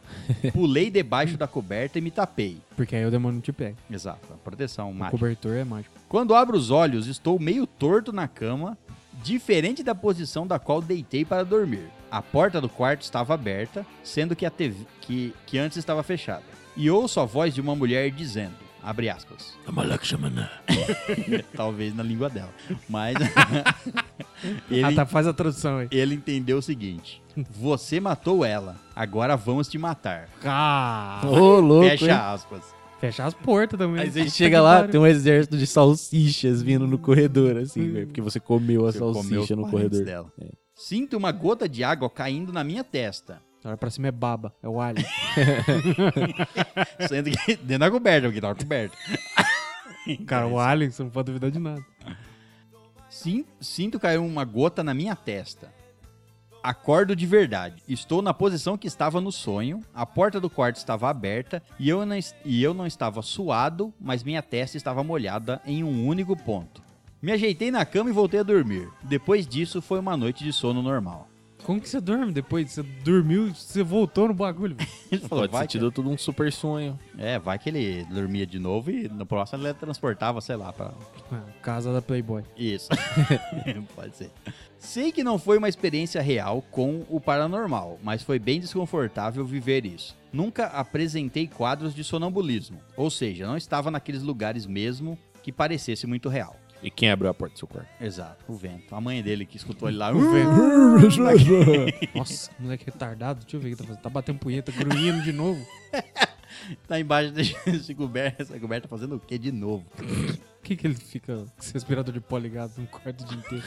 Pulei debaixo da coberta e me tapei. Porque aí o demônio não te pega. Exato, a proteção O mágica. cobertor é mágico. Quando abro os olhos, estou meio torto na cama, diferente da posição da qual deitei para dormir. A porta do quarto estava aberta, sendo que a TV que, que antes estava fechada. E ouço a voz de uma mulher dizendo, abre aspas, talvez na língua dela, mas ele, Ah, tá, faz a tradução aí. ele entendeu o seguinte: você matou ela, agora vamos te matar. Cara. Ô, louco. Fecha hein? aspas. Fecha as portas também. Aí você Puta chega que lá, pariu. tem um exército de salsichas vindo no corredor, assim, velho. Porque você comeu a Você comeu os salsicha no parentes corredor. É. dela. Sinto uma gota de água caindo na minha testa, Olha pra cima é baba, é o alho. sendo que dentro da coberta, porque tava coberta. Cara, o alien, você não pode duvidar de nada. Sim, sinto cair uma gota na minha testa. Acordo de verdade. Estou na posição que estava no sonho. A porta do quarto estava aberta e eu não, es- e eu não estava suado, mas minha testa estava molhada em um único ponto. Me ajeitei na cama e voltei a dormir. Depois disso, foi uma noite de sono normal. Como que você dorme depois? Você dormiu, você voltou no bagulho. velho. Ele falou, Pode vai ser que... tido tudo um super sonho. É, vai que ele dormia de novo e no próximo ele transportava, sei lá, pra Ah, Casa da Playboy. Isso. Pode ser. Sei que não foi uma experiência real com o paranormal, mas foi bem desconfortável viver isso. Nunca apresentei quadros de sonambulismo, ou seja, não estava naqueles lugares mesmo que parecesse muito real. E quem abriu a porta do seu quarto? Exato, o vento. A mãe dele que escutou ele lá. "Uh", Nossa, moleque retardado. Deixa eu ver o que tá fazendo. Tá batendo punheta, grunhindo de novo. tá embaixo desse coberta, essa coberta fazendo o quê de novo? Por que, que ele fica com esse respirador de pó ligado no quarto o dia inteiro?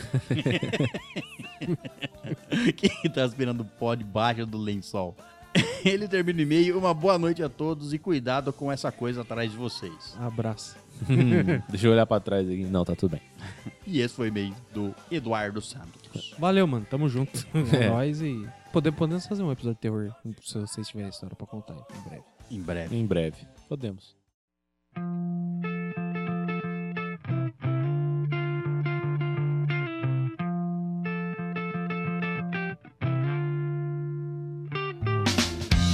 Quem tá aspirando pó debaixo do lençol? Ele termina o e-mail. Uma boa noite a todos e cuidado com essa coisa atrás de vocês. Abraço. Hum, deixa eu olhar pra trás aqui. Não, tá tudo bem. E esse foi o e-mail do Eduardo Santos. Valeu, mano. Tamo junto. É, É. nóis e. Podemos, podemos fazer um episódio de terror se vocês tiverem história pra contar aí, em breve. Em breve. Em breve. Podemos.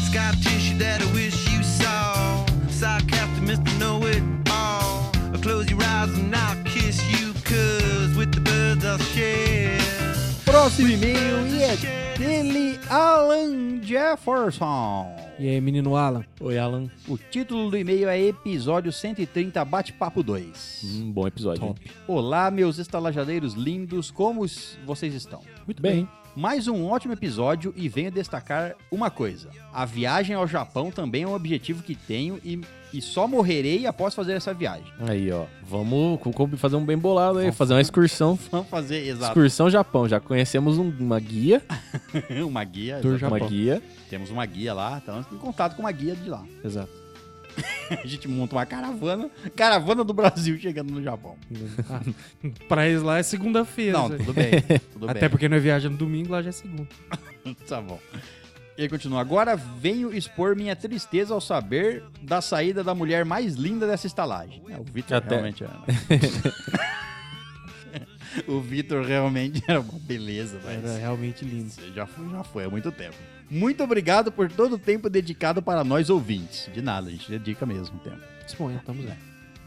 Sky tissue that I wish you saw. Sock after Mr. Know It All. I'll close your eyes and I'll kiss you, cause with the birds I'll share. Próximo e-mail e é dele, Alan Jefferson. E aí, menino Alan? Oi, Alan. O título do e-mail é Episódio 130 Bate-Papo 2. Hum, bom episódio. Top. hein? Olá, meus estalajadeiros lindos, como s- vocês estão? Muito Bem. Mais um ótimo episódio e venho destacar uma coisa. A viagem ao Japão também é um objetivo que tenho e, e só morrerei após fazer essa viagem. Aí, ó. Vamos co- co- fazer um bem bolado aí. Vamos. Fazer uma excursão. Vamos fazer, um exato, Excursão Japão. Já conhecemos um- uma guia. uma guia. Tour exato. Japão. Uma guia. Temos uma guia lá, estamos em contato com uma guia de lá. Exato. A gente monta uma caravana, caravana do Brasil chegando no Japão. Ah, pra eles lá é segunda-feira. Não, Zé. tudo bem, tudo Até bem. porque não é viagem no domingo, lá já é segunda. Tá bom. Ele continua. Agora venho expor minha tristeza ao saber da saída da mulher mais linda dessa estalagem. É, o Vitor Até- realmente era. o Vitor realmente era uma beleza, Era mas realmente lindo. já foi, já foi há muito tempo. Muito obrigado por todo o tempo dedicado para nós ouvintes. De nada, a gente dedica mesmo o tempo. Disponha, É estamos lá.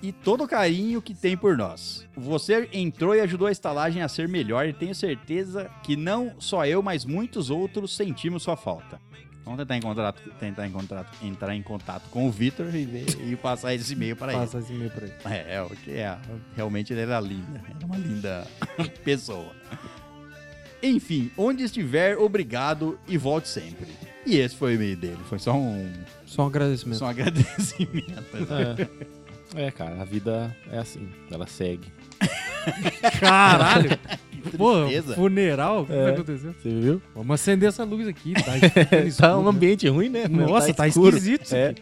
E todo o carinho que tem por nós. Você entrou e ajudou a estalagem a ser melhor e tenho certeza que não só eu, mas muitos outros sentimos sua falta. Vamos tentar encontrar, tentar encontrar, entrar em contato com o Vitor e, ver- e passar esse e-mail para ele. Passa esse e-mail pra ele. É, é, o que é. Realmente ele era linda. Era uma linda pessoa. Enfim, onde estiver, obrigado e volte sempre. E esse foi o e-mail dele. Foi só um, Só um agradecimento. só um agradecimento. É, cara. A vida é assim. Ela segue. Caralho! Pô, um tristeza. funeral? O que tá acontecendo? Você viu? Vamos acender essa luz aqui. Tá, ficando Tá um escuro, né? ambiente ruim, né? Nossa, tá, escuro. esquisito isso É. aqui.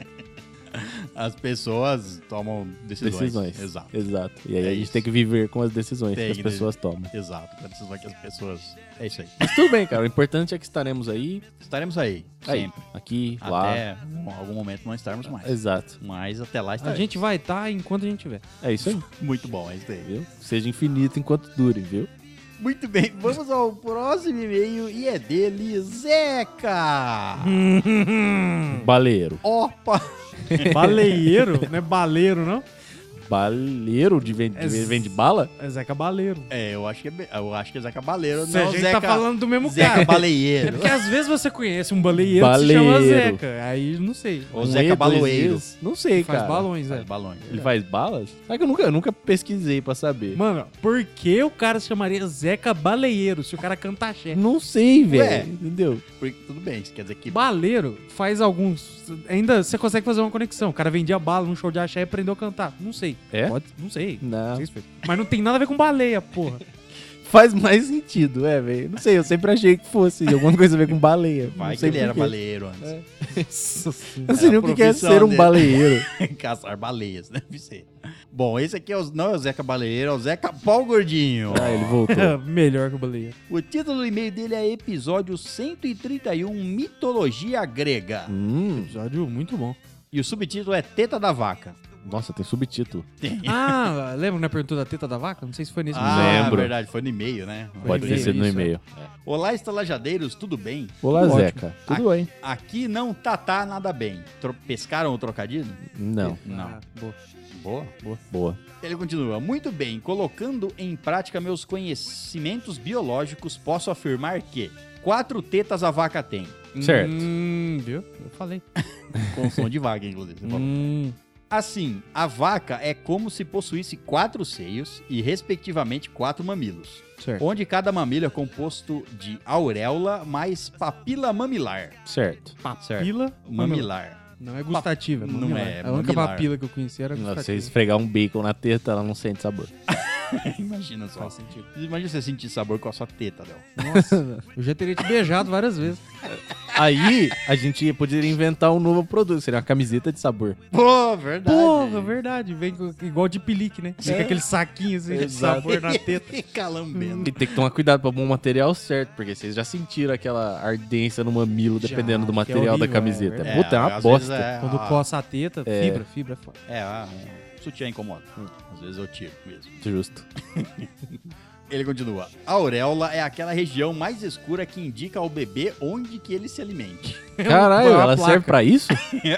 As pessoas tomam decisões. Decisões. Exato. Exato. E aí É a gente isso. tem que viver com as decisões Tem, que as né? pessoas tomam. Exato. A decisão que as pessoas. É isso aí. Mas tudo bem, cara. O importante é que estaremos aí. Estaremos aí. Aí, Sempre. aqui, lá. Até um- algum momento não estarmos mais. Exato. Mas até lá né? A estaremos. gente vai estar enquanto a gente tiver. É isso aí, Muito bom, é isso aí. viu? Seja infinito enquanto dure, viu? Muito bem, vamos ao próximo e-mail e é dele, Zeca! Hum. Baleiro. Opa! É. Baleiro? Não é baleiro, não? Baleiro de vende, É z- vende bala? É Zeca Baleiro. É, eu acho que é, be- eu acho que é Zeca Baleiro, Se a não gente Zeca, tá falando do mesmo Zeca cara. É Baleiro. porque às vezes você conhece um baleeiro que se chama Baleeiro. Zeca. Aí não sei. Ou Zeca Um E, dois Baloeiro. Es? Não sei, Faz cara. balões, é. Faz balões. é Ele faz balas? Sabe que eu nunca, eu nunca pesquisei pra saber. Mano, por que o cara se chamaria Zeca Baleeiro se o cara canta axé? Não sei, velho. Entendeu? Porque- Tudo bem, isso quer dizer que Baleiro faz alguns. Ainda você consegue fazer uma conexão. O cara vendia bala num show de axé e aprendeu a cantar. Não sei. É? Pode, não sei. Não. Não sei se foi. Mas não tem nada a ver com baleia, porra. Faz mais sentido, é, velho. Não sei, eu sempre achei que fosse alguma coisa a ver com baleia. vai não que sei ele era porquê. baleiro antes. É. Nossa senhora. Eu não sei Era nem a o que que é profissão ser um dele. baleeiro. Caçar baleias, né? deve ser. Bom, esse aqui é o- não é o Zeca Baleiro, é o Zeca Paul Gordinho. ah, ele voltou. É, Melhor que o baleia. O título do e-mail dele é Episódio 131 Mitologia Grega. Hum, Episódio muito bom. E o subtítulo é Teta da Vaca. nossa, tem subtítulo. Ah, lembra na pergunta da teta da vaca? Não sei se foi nesse Ah, episódio. Lembro. verdade, foi no e-mail, né? Pode ter e-mail, sido no isso, e-mail. Olá, estalajadeiros, tudo bem? Olá, Ótimo. Zeca. Tudo Ah. bem? Aqui não tatá nada bem. Tro- pescaram o trocadilho? Não. Não. Ah, boa. Boa. Boa. Ele continua. Muito bem, colocando em prática meus conhecimentos biológicos, posso afirmar que quatro tetas a vaca tem. Certo. Hum, viu? Eu falei. Com som de vaca, inclusive. você falou. Hum, Assim, a vaca é como se possuísse quatro seios e, respectivamente, quatro mamilos. certo. Onde cada mamilo é composto de auréola mais papila mamilar. Certo. Certo? Pila Mamilar. Não é gustativa. é Não mamilar. é, é A única mamilar. papila que eu conhecia era gustativa. Você esfregar um bacon na teta, ela não sente sabor. Imagina só. Faz sentido. Imagina você sentir sabor com a sua teta, Léo. Nossa, eu já teria te beijado várias vezes. Aí a gente poderia inventar um novo produto, seria uma camiseta de sabor. Pô, verdade. Porra, verdade. Vem com- igual de pelique, né? Fica aquele saquinho assim, de Exato. sabor na teta. Calambendo. E tem que tomar cuidado pra pôr o material certo, porque vocês já sentiram aquela ardência no mamilo, Já, dependendo que do é material horrível, da é camiseta. verdade. Puta, é uma às vezes bosta. é- Quando ah, coça a teta, fibra, fibra. é foda. É, ah, o sutiã incomoda. Às vezes eu tiro mesmo. Justo. Ele continua. A auréola é aquela região mais escura que indica ao bebê onde que ele se alimente. Caralho, uma ela placa. serve pra isso?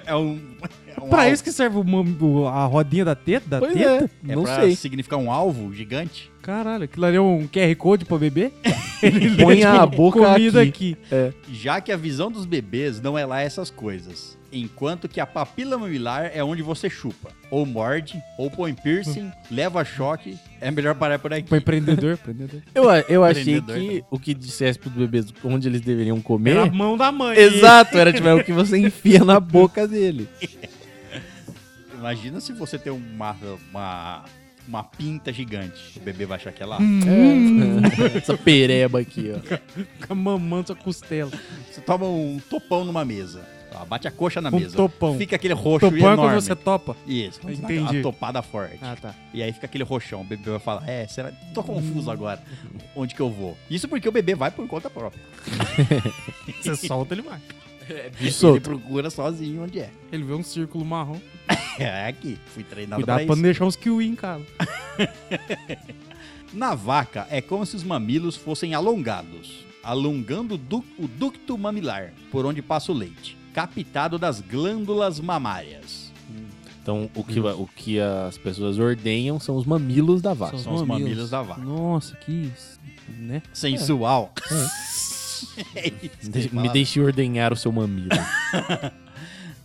É um... É um Pra alvo- isso que serve o mam- o- a rodinha da teta? Da Pois teta? É Não pra sei. significar um alvo gigante? Caralho, aquilo ali é um QR Code pra beber? Ele Põe lê, a tipo, boca comida aqui. aqui. Já que a visão dos bebês não é lá essas coisas. Enquanto que a papila mamilar é onde você chupa. Ou morde, ou põe piercing, leva choque. É melhor parar por aqui. Pra empreendedor, empreendedor. Eu, eu achei Empreendedor, que o que dissesse pros bebês onde eles deveriam comer. Era a mão da mãe. Exato, era tipo, é o que você enfia na boca dele. Imagina se você tem uma, uma, uma pinta gigante. O bebê vai achar que é lá. Essa pereba aqui, ó. Fica mamando sua costela. Você toma um topão numa mesa. Tá? Bate a coxa na Um mesa. topão. Fica aquele roxo Topão é quando enorme. você topa. Isso. Entendi. Uma topada forte. Ah, tá. Hum. E aí fica aquele roxão. O bebê vai falar, é, será? Tô confuso agora. Onde que eu vou? Isso porque o bebê vai por conta própria. Você solta ele mais. Ele Solto. procura sozinho onde é. Ele vê um círculo marrom. É aqui, fui treinado Cuidado pra pra isso. não deixar uns kiwi em casa. Na vaca, é como se os mamilos fossem alongados, alongando du- o ducto mamilar, por onde passa o leite, captado das glândulas mamárias. Então, o que, o que as pessoas ordenham são os mamilos da vaca. São os mamilos da vaca. Nossa, que isso. Né? Sensual. É isso que De- ele me fala. deixe ordenhar o seu mamilo.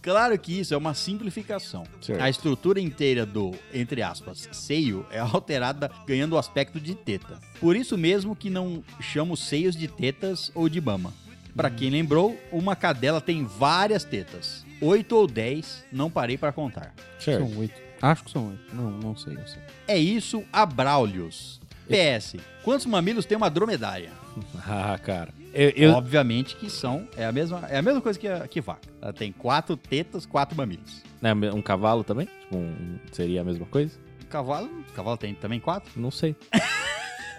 Claro que isso é uma simplificação. Certo. A estrutura inteira do, entre aspas, seio é alterada ganhando o aspecto de teta. Por isso mesmo que não chamo seios de tetas ou de mama. Pra quem lembrou, uma cadela tem várias tetas. Oito ou dez, não parei pra contar. certo. São oito. Acho que são oito. Não, não sei, não sei. É isso, Abraulios. PS, quantos mamilos tem uma dromedária? Ah, cara. Eu, eu- Obviamente que são, é a mesma, é a mesma coisa que, a- que vaca. Ela tem quatro tetas, quatro mamilos. né, um cavalo também? Tipo, um- seria a mesma coisa? Cavalo, cavalo tem também quatro? Não sei.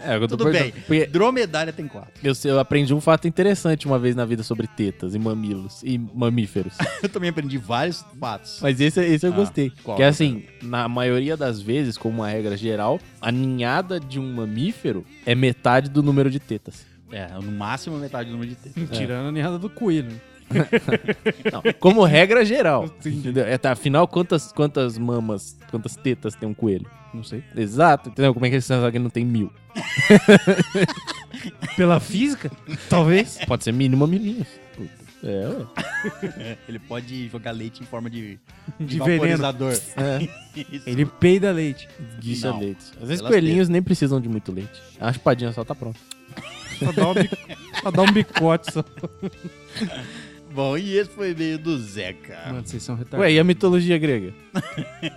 É, eu tô Tudo bem. perguntando, porque Dromedária tem quatro. eu, sei- eu aprendi um fato interessante uma vez na vida sobre tetas e mamilos e mamíferos. Eu também aprendi vários fatos. Mas esse, esse eu Ah, gostei. qual, que é assim, na maioria das vezes, como uma regra geral, a ninhada de um mamífero é metade do número de tetas. É, no máximo metade do número de tetas. Tirando a ninhada do coelho. né? Não, como regra geral. Entendi. entendeu? É, tá, afinal, quantas, quantas mamas, quantas tetas tem um coelho? Não sei. Exato, entendeu? Como é que esse sensação aqui não tem mil? Pela física? Talvez. Pode ser mínimo mamilinhos. Puta, É, ué. Ele pode jogar leite em forma de, De vaporizador. É. Isso. Ele peida leite. Guicha Não. leite. Às vezes Pelas coelhinhos nem precisam de muito leite. A espadinha só tá pronta. Pra dar um, bico- pra dar um bicote só. Bom, e esse foi meio do Zeca. Mano, vocês são retardados. Ué, e a mitologia grega?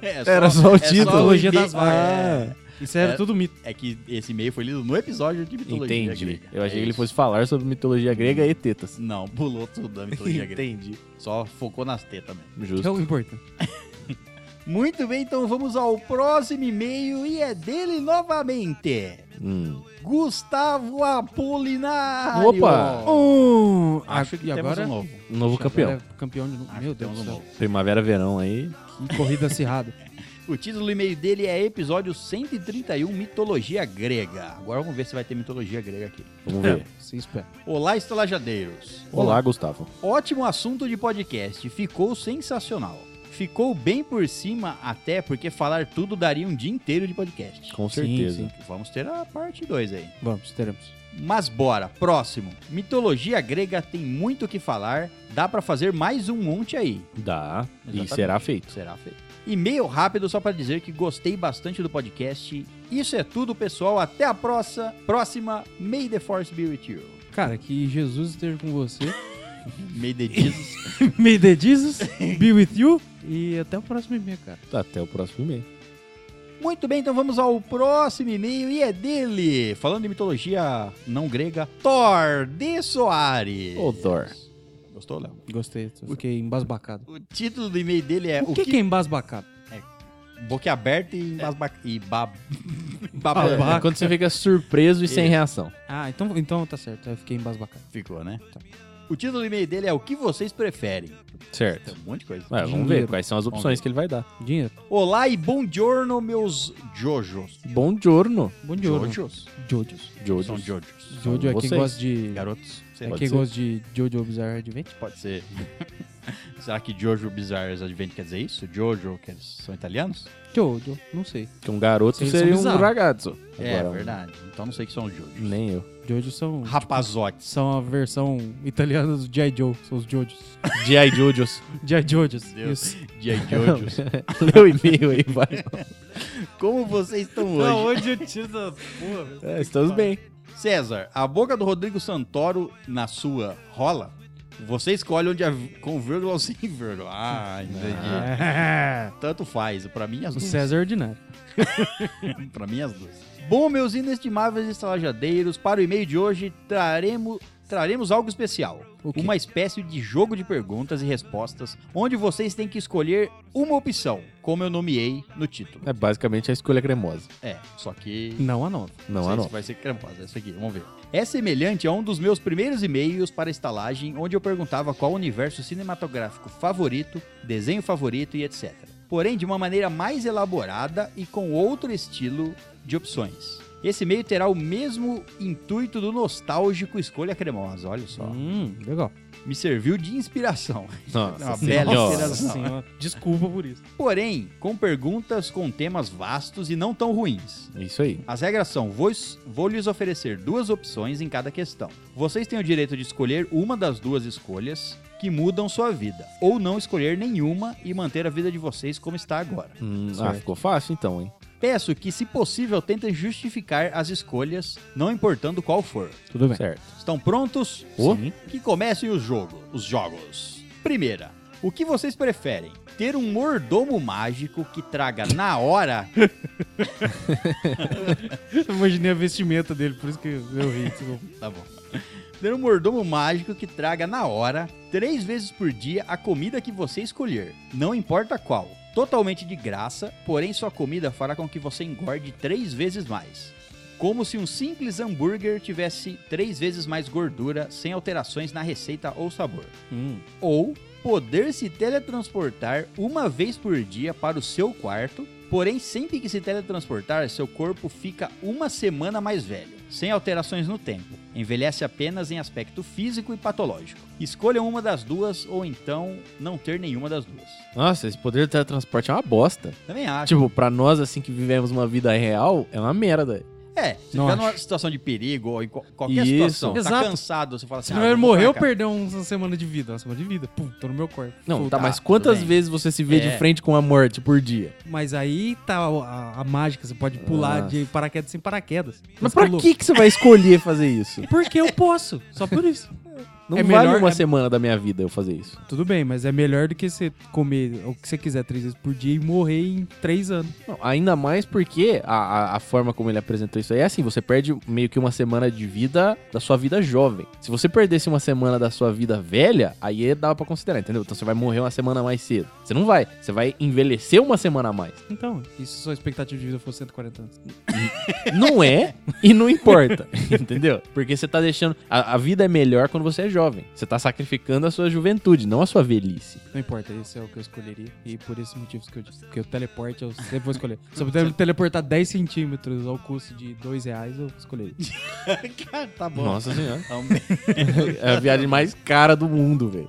É Era só o é título. Mitologia e-mail- das vacas. É. Ah, Isso era É. tudo mito. É que esse e-mail foi lido no episódio de mitologia Entendi. grega. Eu achei É que ele isso. fosse falar sobre mitologia grega e tetas. Não, pulou tudo da mitologia grega. Entendi. Só focou nas tetas mesmo. Que é Justo. o importante. Muito bem, então vamos ao próximo e-mail e é dele novamente. Hum. Gustavo Apolinário. Opa! Um, Acho que e temos agora um novo. Novo Agora campeão. é campeão de novo. Acho Meu que temos Deus do um céu. novo. Primavera, verão aí. Que corrida acirrada. O título do e-mail dele é episódio 131 Mitologia Grega. Agora vamos ver se vai ter mitologia grega aqui. Vamos ver. Você espera. Olá, estalajadeiros. Um Olá, Gustavo. Ótimo assunto de podcast, ficou sensacional. Ficou bem por cima, até porque falar tudo daria um dia inteiro de podcast. Com Sim, certeza. sim. Vamos ter a parte 2 aí. Vamos, teremos. Mas bora, próximo. Mitologia grega tem muito o que falar, dá pra fazer mais um monte aí. Dá. E Exatamente. será feito. Será feito. E-mail rápido só pra dizer que gostei bastante do podcast. Isso é tudo, pessoal. Até a próxima. Próxima. May the Force be with you. Cara, que Jesus esteja com você. May the Jesus. Me the Jesus, be with you. E até o próximo e-mail, cara. Até o próximo mês. Muito bem, então vamos ao próximo e-mail e é dele. Falando de mitologia não grega, Thor de Soares. Ô, Thor. Gostou, Léo? Gostei, fiquei embasbacado. O título do e-mail dele é O que, que é embasbacado? Boca aberta e, basba... e bab... É, babando. Babaca. quando você fica surpreso e sem reação. Ah, então, então tá certo, eu fiquei embasbacado. Ficou, né? O título do e-mail dele é O que vocês preferem? Tem Certo. um monte de coisa. Ué, É, vamos ver Dinheiro. quais são as opções que ele vai dar. Dinheiro. Olá e bom giorno, meus Jojos. Bom giorno, Bom de ouro. né? Jojos? Jojos. Jojo. São Jojos. Jojo é quem vocês. gosta de... Garotos. Sei lá. É Pode quem ser. gosta de Jojo Bizarre Adventure? Pode ser. Será que Jojo Bizarre's Advent quer dizer isso? Jojo, que eles são italianos? Jojo, não sei. Que um garoto Vocês são seria um bizarros. ragazzo. é, Agora, verdade. Então não sei que são os Jojos. Nem eu. Jojo são... Rapazotes. São a versão italiana do G.I. Joe, são os Jojos. G.I. Jojos. G.I. Jojos, Deus. isso. Dia Jojos. Lê o e-mail aí, vai. Como vocês estão hoje? onde eu tiro essa porra, velho? É, estamos bem. César, a boca do Rodrigo Santoro na sua rola? Você escolhe onde é vi- com vírgula ou sem vírgula. Ah, entendi. Tanto faz. Pra mim, as O duas. César é ordinário. Pra mim, as duas. Bom, meus inestimáveis estalajadeiros, para o e-mail de hoje traremos, traremos algo especial. O quê? Uma espécie de jogo de perguntas e respostas, onde vocês têm que escolher uma opção, como eu nomeei no título. É basicamente a escolha cremosa. É, só que... Não a nova. Não, sei ah, se não. Vai ser cramposa, essa aqui, vamos ver. É semelhante a um dos meus primeiros e-mails para estalagem, onde eu perguntava qual o universo cinematográfico favorito, desenho favorito e etc. Porém, de uma maneira mais elaborada e com outro estilo de opções. Esse e-mail terá o mesmo intuito do nostálgico Escolha Cremosa, olha só. Hum, legal. Me serviu de inspiração. Nossa, Uma senhora. bela inspiração. senhora. Desculpa por isso. Porém, com perguntas com temas vastos e não tão ruins. Isso aí. As regras são: vou, es- vou lhes oferecer duas opções em cada questão. Vocês têm o direito de escolher uma das duas escolhas que mudam sua vida, ou não escolher nenhuma e manter a vida de vocês como está agora. Hum, ah, Certo. ficou fácil então, hein? Peço que, se possível, tentem justificar as escolhas, não importando qual for. Tudo bem. Certo. Estão prontos? Ô. Sim. Que comecem os jogos. Os jogos. Primeira, o que vocês preferem? Ter um mordomo mágico que traga na hora Eu imaginei a vestimenta dele, por isso que eu ri. tipo, desculpa. Tá bom. Ter um mordomo mágico que traga na hora, três vezes por dia, a comida que você escolher, não importa qual. Totalmente de graça, porém sua comida fará com que você engorde três vezes mais. Como se um simples hambúrguer tivesse três vezes mais gordura, sem alterações na receita ou sabor. Hum, Ou poder se teletransportar uma vez por dia para o seu quarto, porém sempre que se teletransportar, seu corpo fica uma semana mais velho, sem alterações no tempo. Envelhece apenas em aspecto físico e patológico. Escolha uma das duas ou então não ter nenhuma das duas. Nossa, esse poder de teletransporte é uma bosta. Também acho. Tipo, pra nós, assim, que vivemos uma vida real, é uma merda. é, se não ficar acho. numa situação de perigo ou em qual- qualquer Isso. situação, tá Exato. cansado, você fala assim, Se "Ah, não ele eu vou pra morreu, cá." perdeu uma semana de vida. Uma semana de vida. Pum, tô no meu corpo. Não, Pô, tá, tá, mas tudo quantas bem. vezes você se vê É. de frente com a morte por dia? Mas aí tá a, a mágica, você pode pular Ah. de paraquedas sem paraquedas. Mas Você pra pulou. que, que você vai escolher fazer isso? Porque eu posso, só por isso. Não É vale melhor- uma é- semana da minha vida eu fazer isso. Tudo bem, mas é melhor do que você comer o que você quiser três vezes por dia e morrer em três anos. Não, ainda mais porque a, a- a forma como ele apresentou isso aí é assim: você perde meio que uma semana de vida da sua vida jovem. Se você perdesse uma semana da sua vida velha, aí é, dava pra considerar, entendeu? Então você vai morrer uma semana mais cedo. Você não vai, você vai envelhecer uma semana a mais. Então, e se sua expectativa de vida for 140 anos? Não é e não importa, entendeu? Porque você tá deixando. A, a vida é melhor quando você é jovem. Você tá sacrificando a sua juventude, não a sua velhice. Não importa, esse é o que eu escolheria. E por esses motivos que eu disse. Porque o teleporte eu sempre vou escolher. Se eu puder teleportar 10 centímetros ao custo de 2 reais, eu escolheria. Cara, tá bom. Nossa senhora. Então, É a viagem mais cara do mundo, velho.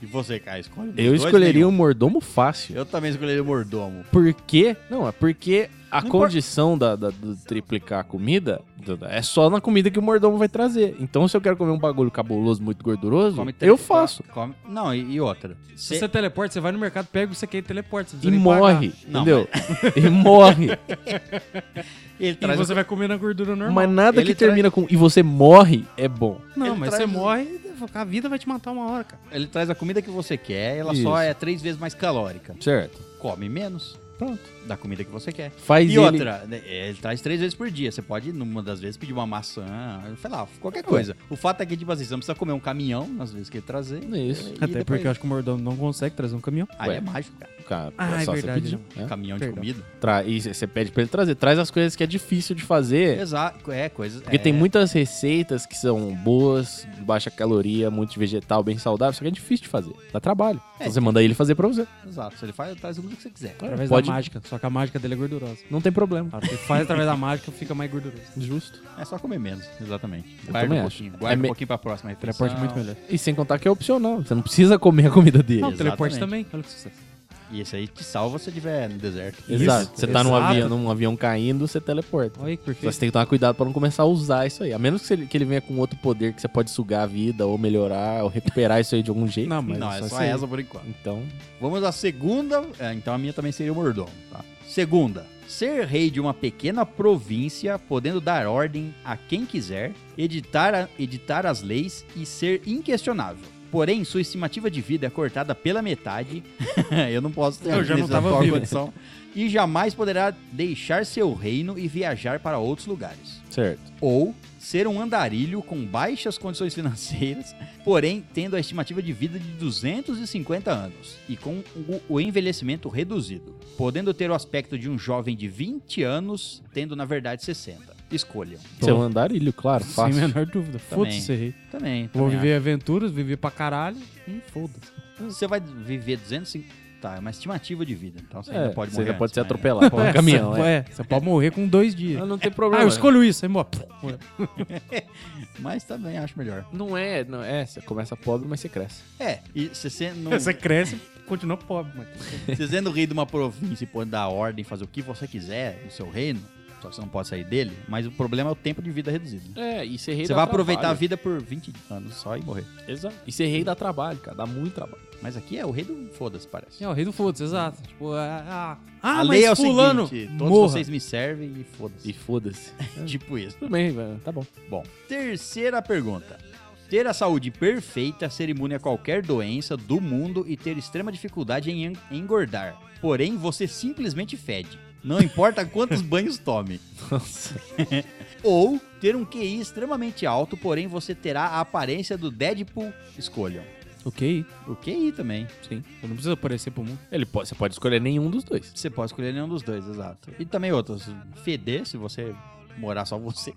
E você, cara, escolhe um dos Eu dois, escolheria nenhum. um mordomo fácil. Eu também escolheria o mordomo. Porque. Não, é porque a Não condição da, da- do triplicar a comida Duda, é só na comida que o mordomo vai trazer. Então, se eu quero comer um bagulho cabuloso, muito gorduroso, Come eu três, faço. come- Não, e, e outra. Se você teleporta, você vai no mercado, pega o que você quer e teleporta. Você não E precisa nem pagar. morre, Não, entendeu? E morre. Ele E traz você vai comer na gordura normal. Mas nada Ele que termina com. E você morre é bom. Não, Ele mas traz- você morre, a vida vai te matar uma hora, cara. Ele traz a comida que você quer, ela só Isso. é três vezes mais calórica. Certo. Come menos. Pronto. Da comida que você quer. Faz E ele... outra, né, ele traz três vezes por dia. Você pode, numa das vezes, pedir uma maçã, sei lá, qualquer coisa. O fato é que, tipo assim, você não precisa comer um caminhão nas vezes que ele trazer. É Isso. E Até depois- porque eu acho que o mordomo não consegue trazer um caminhão. Aí Ué. é mágico, cara. Cara, Ah, é só você verdade, pedir, né? Caminhão de Perdão. comida. Tra- E você pede pra ele trazer. Traz as coisas que é difícil de fazer. Exato. É, coisas. Porque é, tem muitas receitas que são boas, de baixa caloria, muito de vegetal, bem saudável, só que é difícil de fazer. Dá trabalho. É. Então você manda ele fazer pra você. Exato. Se ele faz, traz o que você quiser. Através Pode- da mágica. Só que a mágica dele é gordurosa. Não tem problema. Ah, Você faz através da mágica, fica mais gorduroso. Justo. É só comer menos, exatamente. Eu Guarda também um acho. pouquinho. Guarda É um me- pouquinho pra próxima refeição. Teleporte é muito melhor. E sem contar que é opcional. Você não precisa comer a comida dele. Não, o teleporte Exatamente. também. Olha que sucesso. E esse aí te salva se estiver no deserto. Exato. Isso, Você tá num exato. avião, num avião caindo, você teleporta. Olha que Só perfeito. você tem que tomar cuidado pra não começar a usar isso aí. A menos que ele, que ele venha com outro poder que você pode sugar a vida, ou melhorar, ou recuperar isso aí de algum jeito. Não, mas Não, é só isso aí. essa por enquanto. Então, Vamos à segunda. é, então a minha também seria o mordomo, tá? Segunda. Ser rei de uma pequena província, podendo dar ordem a quem quiser, editar, a- editar as leis e ser inquestionável. Porém, sua estimativa de vida é cortada pela metade. eu não posso ter Eu já não nessa tava atual vivo. condição. E jamais poderá deixar seu reino e viajar para outros lugares. certo. ou ser um andarilho com baixas condições financeiras, porém tendo a estimativa de vida de 250 anos e com o- o envelhecimento reduzido, podendo ter o aspecto de um jovem de 20 anos, tendo na verdade 60. Escolham. Você é um andarilho, claro, Sem fácil. menor dúvida. Foda-se, errei. Também. Vou também viver aventuras, viver pra caralho e foda-se. acho. Você vai viver 250. Tá, é uma estimativa de vida. Então você ainda É, pode você morrer. ainda pode antes, ser né? atropelado por um caminhão, você, é. é. Você pode morrer com dois dias. Não tem Ah, problema. eu né? escolho isso. Aí morre. Mas também acho melhor. Não é, não é. Você começa pobre, mas você cresce. É, e se você não. Você cresce e continua pobre, mano. Você sendo rei de uma província e pode dar ordem, fazer o que você quiser no seu reino, só que você não pode sair dele, mas o problema é o tempo de vida reduzido. né? É, e ser rei Você dá vai aproveitar a trabalho. vida por 20 anos só e morrer. Exato. E ser rei dá trabalho, cara. Dá muito trabalho. Mas aqui é o rei do foda-se, parece. É o rei do foda-se, exato. Tipo, ah, ah, a ah lei é o mas fulano. seguinte, todos morra. vocês me servem e E foda-se. foda-se. Tipo isso. Tudo bem, velho. Tá bom. Bom, terceira pergunta. Ter a saúde perfeita, ser imune a qualquer doença do mundo e ter extrema dificuldade em en- engordar. Porém, você simplesmente fede. Não importa quantos banhos tome. Nossa. Ou ter um QI extremamente alto, porém você terá a aparência do Deadpool. Escolham. Ok, O QI também. sim. Eu não preciso aparecer pro mundo. Ele pode, você pode escolher nenhum dos dois. Você pode escolher nenhum dos dois, exato. E também outros. Feder, se você morar só você.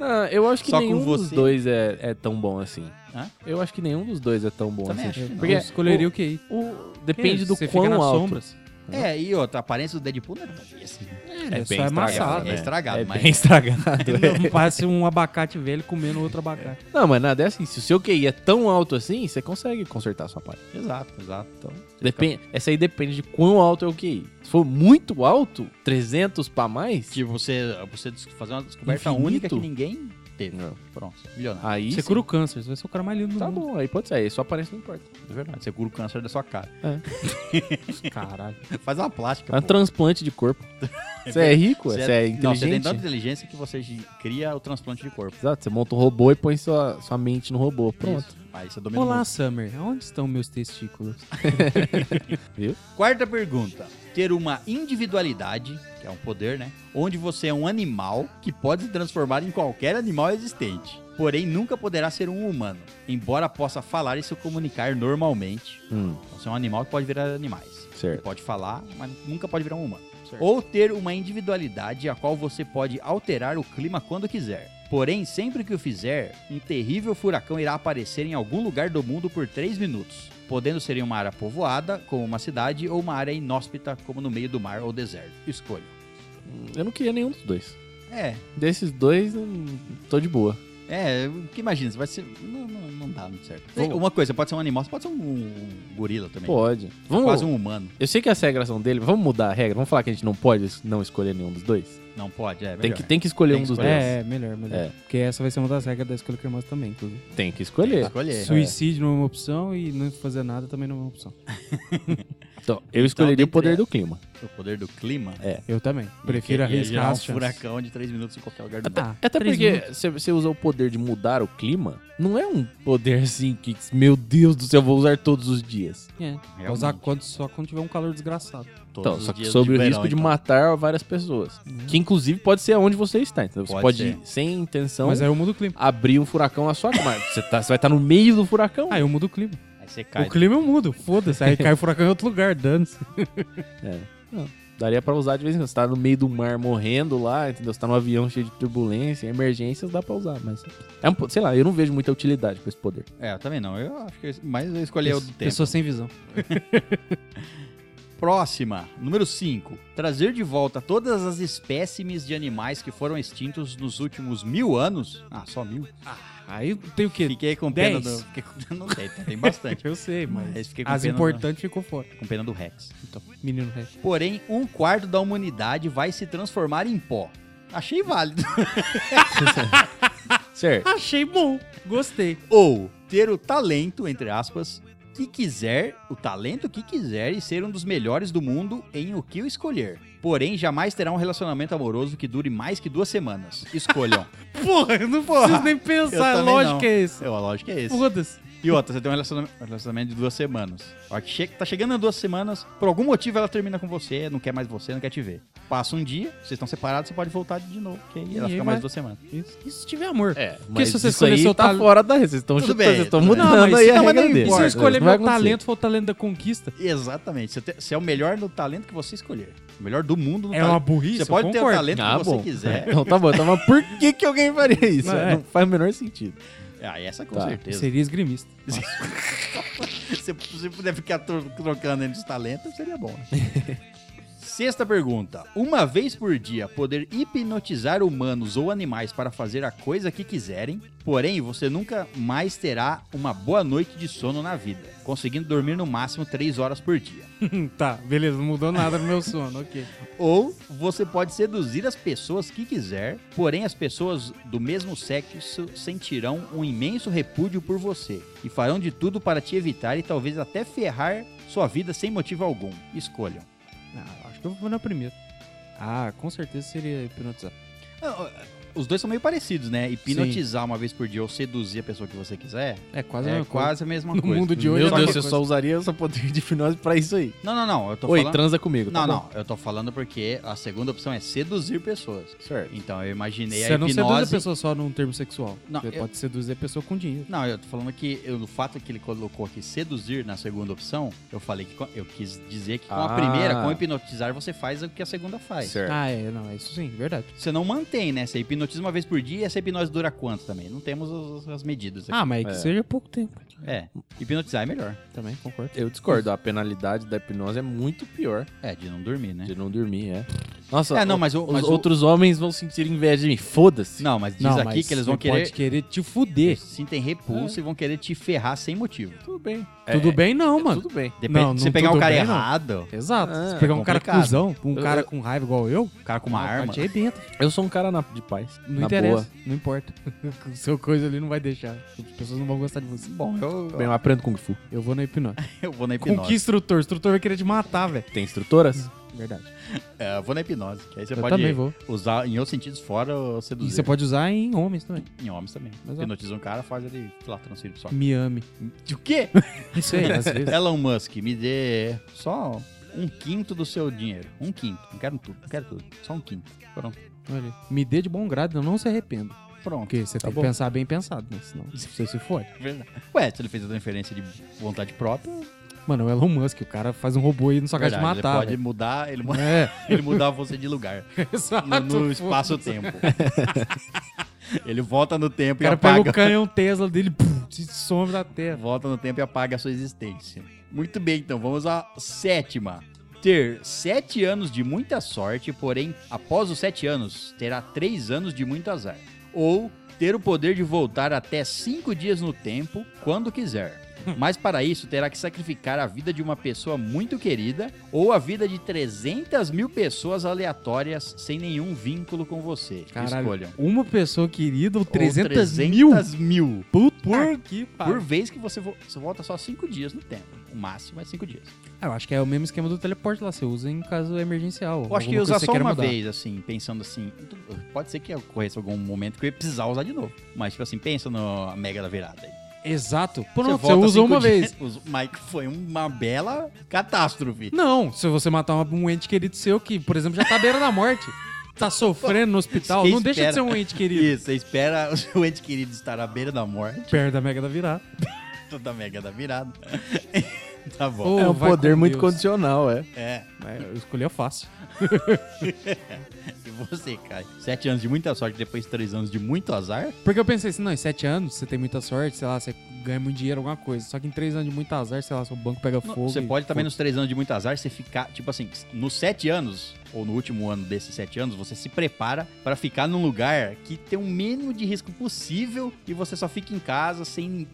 Ah, eu acho que Só com nenhum dos você. dois é, é tão bom assim. Hã? Eu acho que nenhum dos dois é tão bom Também assim. acho que não. Porque eu escolheria o QI. O, depende do Você quão fica nas alto. sombras. é, e outra, a aparência do Deadpool não é tão assim. É, só é amassado. né? É estragado, É mas- bem estragado. né? Não parece um abacate velho comendo outro abacate. Não, mas nada, é assim. Se o seu QI é tão alto assim, você consegue consertar a sua parte. Exato, exato. Então, Depen- Essa aí depende de quão alto é o QI. Se for muito alto, 300 pra mais, tipo, você, você des- fazer uma descoberta Infinito? única que ninguém teve. Não. Pronto, milionário. aí Você sim. cura o câncer, você vai ser o cara mais lindo do Tá mundo. bom, aí pode ser. Aí sua aparência não importa. É verdade, você cura o câncer da sua cara. Caralho. Faz uma plástica, É um pô. transplante de corpo. Você é rico, Tá Você você, é- é Não, você tem inteligente. tanta inteligência que você gi- cria o transplante de corpo. Exato, você monta um robô e põe sua, sua mente no robô. Pronto. Isso. Aí você domina o Olá, Summer. Onde estão meus testículos? Quarta pergunta. Ter uma individualidade, que é um poder, né? Onde você é um animal que pode se transformar em qualquer animal existente. Porém, nunca poderá ser um humano, embora possa falar e se comunicar normalmente. Hum, Então, você é um animal que pode virar animais. Você certo. pode falar, mas nunca pode virar um humano. Ou ter uma individualidade a qual você pode alterar o clima quando quiser. Porém, sempre que o fizer, um terrível furacão irá aparecer em algum lugar do mundo por 3 minutos, podendo ser em uma área povoada, como uma cidade, ou uma área inóspita, como no meio do mar ou deserto. Escolha. Hum, Eu não queria nenhum dos dois. É, Desses dois, hum, tô de boa. é, que imagina, você vai ser. Não, não, não dá muito certo. Vamos. Uma coisa, pode ser um animal, você pode ser um, um gorila também. Pode. Vamos. Quase um humano. Eu sei que as regras são dele, mas vamos mudar a regra. Vamos falar que a gente não pode es- não escolher nenhum dos dois? Não pode, é. Tem melhor. que, tem que escolher Tem um que dos dois. É, é, melhor, melhor. É. Porque essa vai ser uma das regras da escolha cremosa também, inclusive. Tem que É. Tem que escolher. escolher. Suicídio não é uma opção e não fazer nada também não é uma opção. Então, eu escolheria o dentre poder elas. do clima. O poder do clima. Eu também. Prefiro Ia gerar arriscar um as chances. furacão de 3 minutos em qualquer lugar do mundo. Ah, Até três porque minutos. se você usa o poder de mudar o clima, não é um poder assim que, meu Deus do céu, eu vou usar todos os dias. É. Vai usar quando, só quando tiver um calor desgraçado. Todos Então, os só que dias sobre o verão, risco de então. matar várias pessoas. Que inclusive pode ser onde você está, entendeu? Você Pode Uhum. pode ser. ir sem intenção é- Mas aí eu mudo o clima. abrir um furacão na sua casa. Mas você, tá- você vai estar no meio do furacão. Ah, eu mudo o clima. então. Aí você cai. O clima eu mudo, foda-se. Aí cai o furacão em outro lugar, dane-se. Daria pra usar de vez em quando. Você tá no meio do mar morrendo lá, entendeu? Você tá num avião cheio de turbulência, emergências, dá pra usar, mas. É um, po- sei lá, eu não vejo muita utilidade pra esse poder. É, eu também não. Eu acho que eu- mas eu escolhi o do tempo. Pessoa sem visão. Próxima, número 5. Trazer de volta todas as espécimes de animais que foram extintos nos últimos mil anos. Ah, só mil? Aí tem o quê? Fiquei com pena Dez? do. Fiquei com... Não tem, tem bastante. Eu sei, mas Mas fiquei com as pena importantes ficou fora. do... com pena do Rex. Então, menino resto. Porém, um quarto da humanidade vai se transformar em pó. Achei válido. Certo. Achei bom, gostei. Ou ter o talento, entre aspas, que quiser, o talento que quiser e ser um dos melhores do mundo em o que eu escolher. Porém, jamais terá um relacionamento amoroso que dure mais que duas semanas. Escolham. Porra, eu não preciso nem pensar, a também lógica não. é essa. Eu, a lógica é esse. Foda-se. E outra, você tem um relaciona- um relacionamento de duas semanas. Ó, que che- tá chegando a duas semanas, por algum motivo ela termina com você, não quer mais você, não quer te ver. Passa um dia, vocês estão separados, você pode voltar de novo. Que aí ela aí fica vai- mais duas semanas. Isso, isso se tiver amor. É, Porque mas se você isso aí escolher seu tá talento- fora da rede. Vocês estão Tudo chutando, bem, vocês estão tudo bem. mudando Não, mas aí se- a não, mas regra nem- deles. se eu escolher Não vai meu acontecer. talento, for o talento da conquista, Exatamente. Você, te- você é o melhor no talento que você escolher. O melhor do mundo no é talento. uma burrice, Você eu pode ter o concordo. talento Ah, que você bom. quiser. Então tá bom, então, mas por que, que alguém faria isso? Não, Não, é. faz o menor sentido. Ah, essa com Tá. certeza. Seria esgrimista. Se você puder ficar tro- trocando entre os talentos, seria bom. né? Sexta pergunta. Uma vez por dia, poder hipnotizar humanos ou animais para fazer a coisa que quiserem, porém, você nunca mais terá uma boa noite de sono na vida, conseguindo dormir no máximo 3 horas por dia. tá, beleza, não mudou nada no meu sono, ok. Ou você pode seduzir as pessoas que quiser, porém as pessoas do mesmo sexo sentirão um imenso repúdio por você e farão de tudo para te evitar e talvez até ferrar sua vida sem motivo algum. Escolham. Ah, acho que eu vou na primeira. Ah, com certeza seria hipnotizar. Não, é, Os dois são meio parecidos, né? Hipnotizar uma vez por dia ou seduzir a pessoa que você quiser É quase é uma coisa. quase a mesma No coisa. mundo de hoje Meu é a mesma Deus, eu coisa. só usaria essa poder de hipnose pra isso aí. Não, não, não. Eu tô Oi, falando. transa comigo. Não, tá bom? não. Eu tô falando porque a segunda opção é seduzir pessoas. Certo. Então eu imaginei Você a não hipnose. seduz a pessoa só num termo sexual. Não, você eu- pode seduzir a pessoa com dinheiro. Não, eu tô falando que eu- o fato que ele colocou aqui seduzir na segunda opção, eu falei que co- eu quis dizer que com a Ah. primeira, com hipnotizar, você faz o que a segunda faz. Certo. Ah, é, não, é isso sim, verdade. Você não mantém, né? Você hipnotiza uma vez por dia e essa hipnose dura quanto também? Não temos as, as medidas aqui. Ah, mas que É. seja pouco tempo. É, hipnotizar é melhor. Também concordo. Eu discordo, a penalidade da hipnose é muito pior É, de não dormir, né? de não dormir, é. Nossa, É, não, o- mas, o, os mas o- outros homens vão sentir inveja de mim. Foda-se. Não, mas diz aqui mas que eles vão você Pode É. querer... querer te fuder. Sentem repulso e vão querer te ferrar sem motivo. Tudo bem. tudo bem, não, é, mano. Tudo bem. Depende Não, se você não pegar um tudo cara bem, não. errado, Exato. Ah, Se pegar um cara complicado. cuzão, um Eu- cara eu- com raiva igual eu, um cara com uma ah, arma... te arrebenta. Eu sou um cara na- de paz. Não na interessa, Boa. não importa. O seu coisa ali não vai deixar. As pessoas não vão gostar de você. Bom, Eu, Bem, eu aprendo Kung Fu. eu vou na hipnose. eu vou na hipnose. Com que instrutor? O instrutor vai querer te matar, velho. Tem instrutoras? Verdade. É, eu vou na hipnose. Que aí você eu pode também vou. usar em outros sentidos fora o seduzir. E você pode usar em homens também. Em homens também. Exato. Hipnotiza um cara, faz ele, sei lá, transferir pro saco. Miami. O quê? Não sei, às vezes. Elon Musk, me dê só um quinto do seu dinheiro. Um quinto. Não quero tudo, não quero tudo. Só um quinto. Pronto. Olha, me dê de bom grado, eu não se arrependo. Pronto. Porque você Tá tem bom. que pensar bem pensado, né? Senão você se fode. Verdade. Ué, se ele fez a transferência de vontade própria, Mano, é o Elon Musk, o cara faz um robô aí na sua casa de verdade, ele matar. pode velho. mudar, ele, mu- É, ele mudar você de lugar. exato. No, no foda-se. espaço-tempo. ele volta no tempo e O cara apaga. pega o canhão Tesla dele, pum, se some da terra. Volta no tempo e apaga a sua existência. Muito bem, então vamos à sétima. Ter sete anos de muita sorte, porém, após os sete anos, terá três anos de muito azar. Ou ter o poder de voltar até cinco dias no tempo, quando quiser. Mas para isso, terá que sacrificar a vida de uma pessoa muito querida ou a vida de 300 mil pessoas aleatórias sem nenhum vínculo com você. Caralho, Escolham. uma pessoa querida ou Ou 300, mil? 300 mil. Puta que Por pariu. vez que você, vo- você volta só cinco dias no tempo. O máximo é cinco dias. Ah, eu acho que é o mesmo esquema do teleporte lá, você usa em caso emergencial. Eu acho que ia alguma coisa usar você só queira uma mudar. vez, assim, pensando assim. tu- Pode ser que ocorresse algum momento que eu ia precisar usar de novo. Mas, tipo assim, pensa no mega da virada aí. Exato. Pronto, um você, volta usa cinco uma dias- vez. Os- Mas foi uma bela catástrofe. Não, se você matar uma- um ente querido seu que, por exemplo, já tá à beira da morte, tá sofrendo no hospital, Você não deixa de ser espera- um ente querido. Isso, você espera o seu ente querido estar à beira da morte. Perde a mega da virada. Toda mega da virada. tá bom. Ô, É um vai poder com muito Deus. condicional, é. É. É, Eu escolhi a fácil. E você, Caio? Sete anos de muita sorte, depois três anos de muito azar? Porque eu pensei assim, não, em sete anos você tem muita sorte, sei lá, você ganha muito dinheiro, alguma coisa. Só que em três anos de muito azar, sei lá, seu banco pega Não, fogo. você e- pode também nos três anos de muito azar, você ficar, tipo assim, nos sete anos, ou no último ano desses sete anos, você se prepara pra ficar num lugar que tem o mínimo de risco possível e você só fica em casa sem.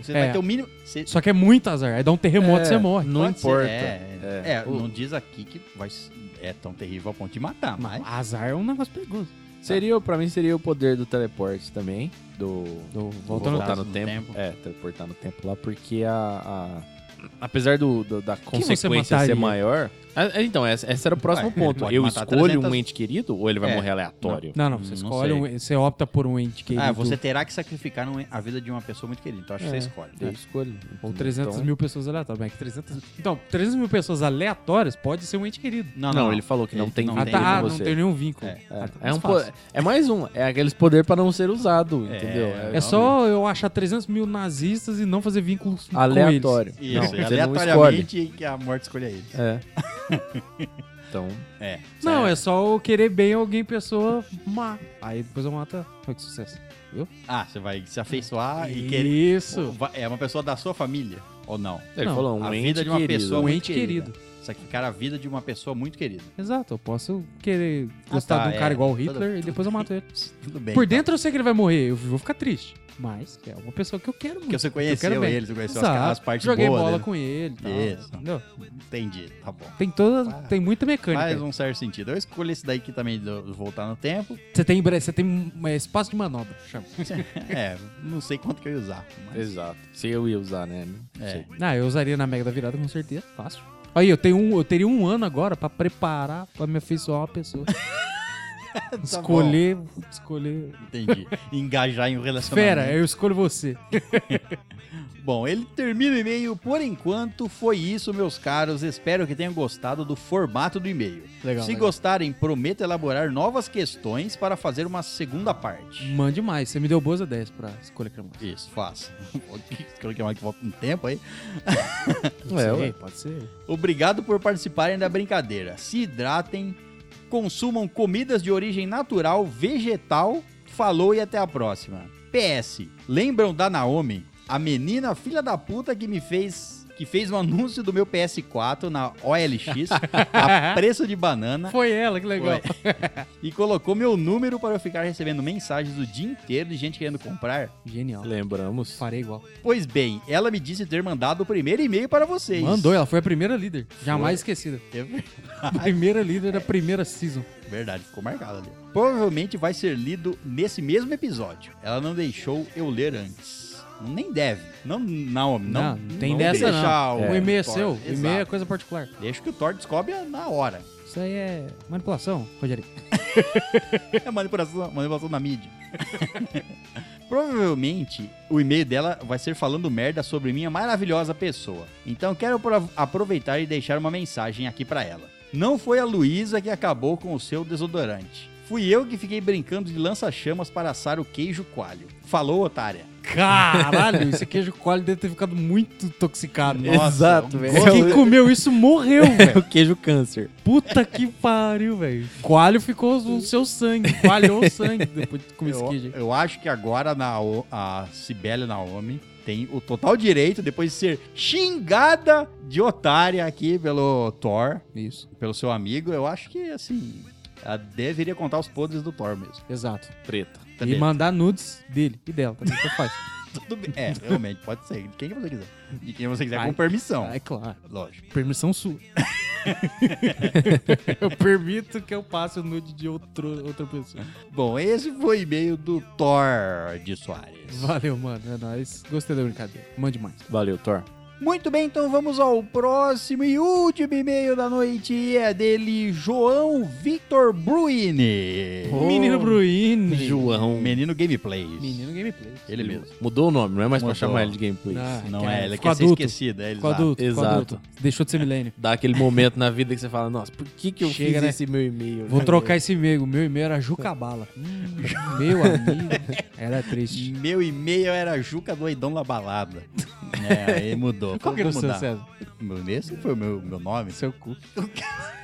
Você É. vai ter o mínimo. você- Só que é muito azar. Aí dá um terremoto É, e você morre. Não pode ser, importa. É, É. é, não diz aqui que vai, s- é tão terrível a ponto de matar, mas. Azar é um negócio perigoso. Seria, pra mim, seria o poder do teleporte também. Do. Do- Vou volta voltar, no voltar no, no tempo. tempo. É, teleportar no tempo lá, porque a. a- Apesar do, do- da consequência mataria? ser maior. Ah, Então, essa, essa era o próximo Ué, ele ponto. pode Eu matar escolho 300. um ente querido ou ele vai É. morrer aleatório? Não, não, você Não escolhe, sei. um- você opta por um ente querido. Ah, você terá que sacrificar um- a vida de uma pessoa muito querida. Então acho É. que você escolhe. Eu escolho. Ou 300 Então- mil pessoas aleatórias. Mas é que 300... Então, 300 mil pessoas aleatórias pode ser um ente querido. Não, ele falou que não Ele tem não Ah, vínculo tem. tá, ah, com não você. tem nenhum vínculo. É. Ah, tá É, é um mais fácil. po- é mais um. É aqueles poder pra não ser usado, É, entendeu? um É só eu achar 300 mil nazistas e não fazer vínculos com aleatório. Isso, Não, você não escolhe. aleatoriamente que a morte escolha ele. É. então, É. eles. Não, é só eu querer bem alguém, pessoa má. Aí depois eu mato. Foi que sucesso. Ah, você vai se afeiçoar Ah, e querer. Isso. Vai- É uma pessoa da sua família ou não? ele Não, falou um a ente vida de uma querido. pessoa Um muito ente querido. Ah, Sacrificar a vida de uma pessoa muito querida. Exato, eu posso querer gostar Ah, tá, de um cara é. igual o Hitler Tudo- e depois eu mato ele. Tudo bem. Por tá? dentro eu sei que ele vai morrer, eu vou ficar triste. Mas é uma pessoa que eu quero muito. Porque você que eu quero conheceu bem. ele, você conheceu as, Exato. as partes Joguei boas. bola dele. com ele. e tal, Isso. entendeu? Entendi, tá bom. Tem toda. Ah. Tem muita mecânica. Faz um certo sentido. Eu escolhi esse daí que também do voltar no tempo. Você tem, bre- você tem um- é, espaço de manobra, chama. é, não sei quanto que eu ia usar. mas- Exato. Se eu ia usar, né? Não É. sei. Ah, eu usaria na Mega da Virada com certeza, fácil. Aí, eu, tenho um, eu teria um ano agora pra preparar, pra me afeiçoar a uma pessoa. Tá escolher, escolher... Entendi. Engajar em um Tá relacionamento. Fera, é. eu escolho você. Bom, ele termina o e-mail. Por enquanto, foi isso, meus caros. Espero que tenham gostado do formato do e-mail. Legal, Se legal. gostarem, prometo elaborar novas questões para fazer uma segunda parte. Mande mais, você me deu boas ideias pra escolher cremosa. Isso, faça. Coloquei mais que volta um tempo aí. Não É, sei, ué. pode ser. Obrigado por participarem da brincadeira. Se hidratem, consumam comidas de origem natural, vegetal. Falou e até a próxima. PS. Lembram da Naomi? A menina filha da puta que me fez que fez o anúncio do meu PS4 na OLX a preço de banana Foi ela, que legal. e colocou meu número para eu ficar recebendo mensagens o dia inteiro de gente querendo comprar. Genial. Lembramos. Farei igual. Pois bem, ela me disse ter mandado o primeiro e-mail para vocês. É Mandou, ela foi a primeira líder. Jamais esquecida. Primeira líder da primeira season. Verdade, ficou marcado ali. Provavelmente vai ser lido nesse mesmo episódio. Ela não deixou eu ler antes. Nem deve. Não, não, não. Não, não tem dessa não. deixar O e-mail é Thor. seu, o e-mail é Exato. coisa particular. Deixa que o Thor descobre na hora. Isso aí é manipulação, Rogério. É manipulação, manipulação na mídia. Provavelmente o e-mail dela vai ser falando merda sobre minha maravilhosa pessoa. Então quero apro- aproveitar e deixar uma mensagem aqui pra ela. Não foi a Luísa que acabou com o seu desodorante. Fui eu que fiquei brincando de lança-chamas para assar o queijo coalho. Falou, otária. Caralho, esse queijo coalho deve ter ficado muito intoxicado. Nossa, Exato, um velho. gosto. Quem comeu isso morreu, É velho. o queijo câncer. Puta que pariu, velho. Coalho ficou no seu sangue, coalhou o sangue depois de comer esse Eu, queijo. eu acho que agora na, a Cibele Naomi tem o total direito, depois de ser xingada de otária aqui pelo Thor, Isso, pelo seu amigo, eu acho que, assim, ela deveria contar os podres do Thor mesmo. exato. Preta. E mandar nudes dele e dela, também que faz. Tudo bem. É, realmente, pode ser. De quem você quiser. De quem você quiser, Ai. com permissão. Ah, é claro. Lógico. Permissão sua. eu permito que eu passe o nude de outro, outra pessoa. Bom, esse foi o e-mail do Thor de Soares. Valeu, mano. É nóis. Gostei da brincadeira. Mande mais. Valeu, Thor. Muito bem, então vamos ao próximo e último e-mail da noite. E é dele, João Victor Bruini. Menino Bruini. João. Menino Gameplays. Menino gameplay. Ele mesmo. Mudou o nome, não é mais pra Mudou. chamar ele de gameplay. Ah. Não é, ele ficou quer ser adulto. esquecido. É, Ficou exato. adulto, ficou Exato. adulto. Deixou de ser milênio. Dá aquele momento na vida que você fala, nossa, por que, que eu Chega, fiz né? esse meu e-mail? Vou trocar esse e-mail. O meu e-mail era Jucabala. meu amigo. Era triste. Meu e-mail era Juca Doidão na Balada. é, aí mudou. Qual que era o Vamos seu, mudar. César? Meu- Esse foi o meu, meu nome? Seu cu.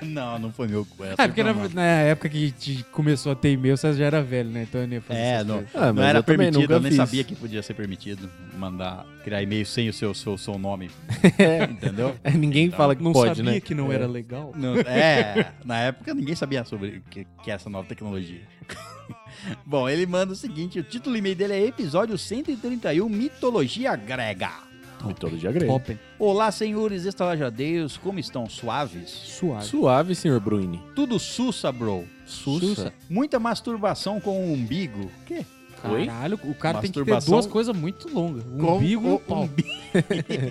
Não, não foi meu. cu, essa É, porque foi na, meu nome. na época que te começou a ter e-mail, você já era velho, né? Então eu nem ia fazer É, essas não, coisas. Ah, não mas era eu também permitido, nunca eu nem fiz. sabia que podia ser permitido mandar, criar e-mail sem o seu, seu, seu nome. Entendeu? É, Ninguém Então, fala que Não pode, sabia né? que não era legal. Não- é, na época ninguém sabia sobre que, que é essa nova tecnologia. Bom, ele manda o seguinte: o título do e-mail dele é Episódio 131 Mitologia Grega. Mitologia grega. Poppen. Olá, senhores estalajadeiros, como estão suaves? Suave. Suave, senhor Bruni. Tudo sussa, bro. Sussa. Muita masturbação com o umbigo. Que? Oi? Caralho, o cara tem que ter Masturbação? duas coisas muito longas. Um umbigo e um pau.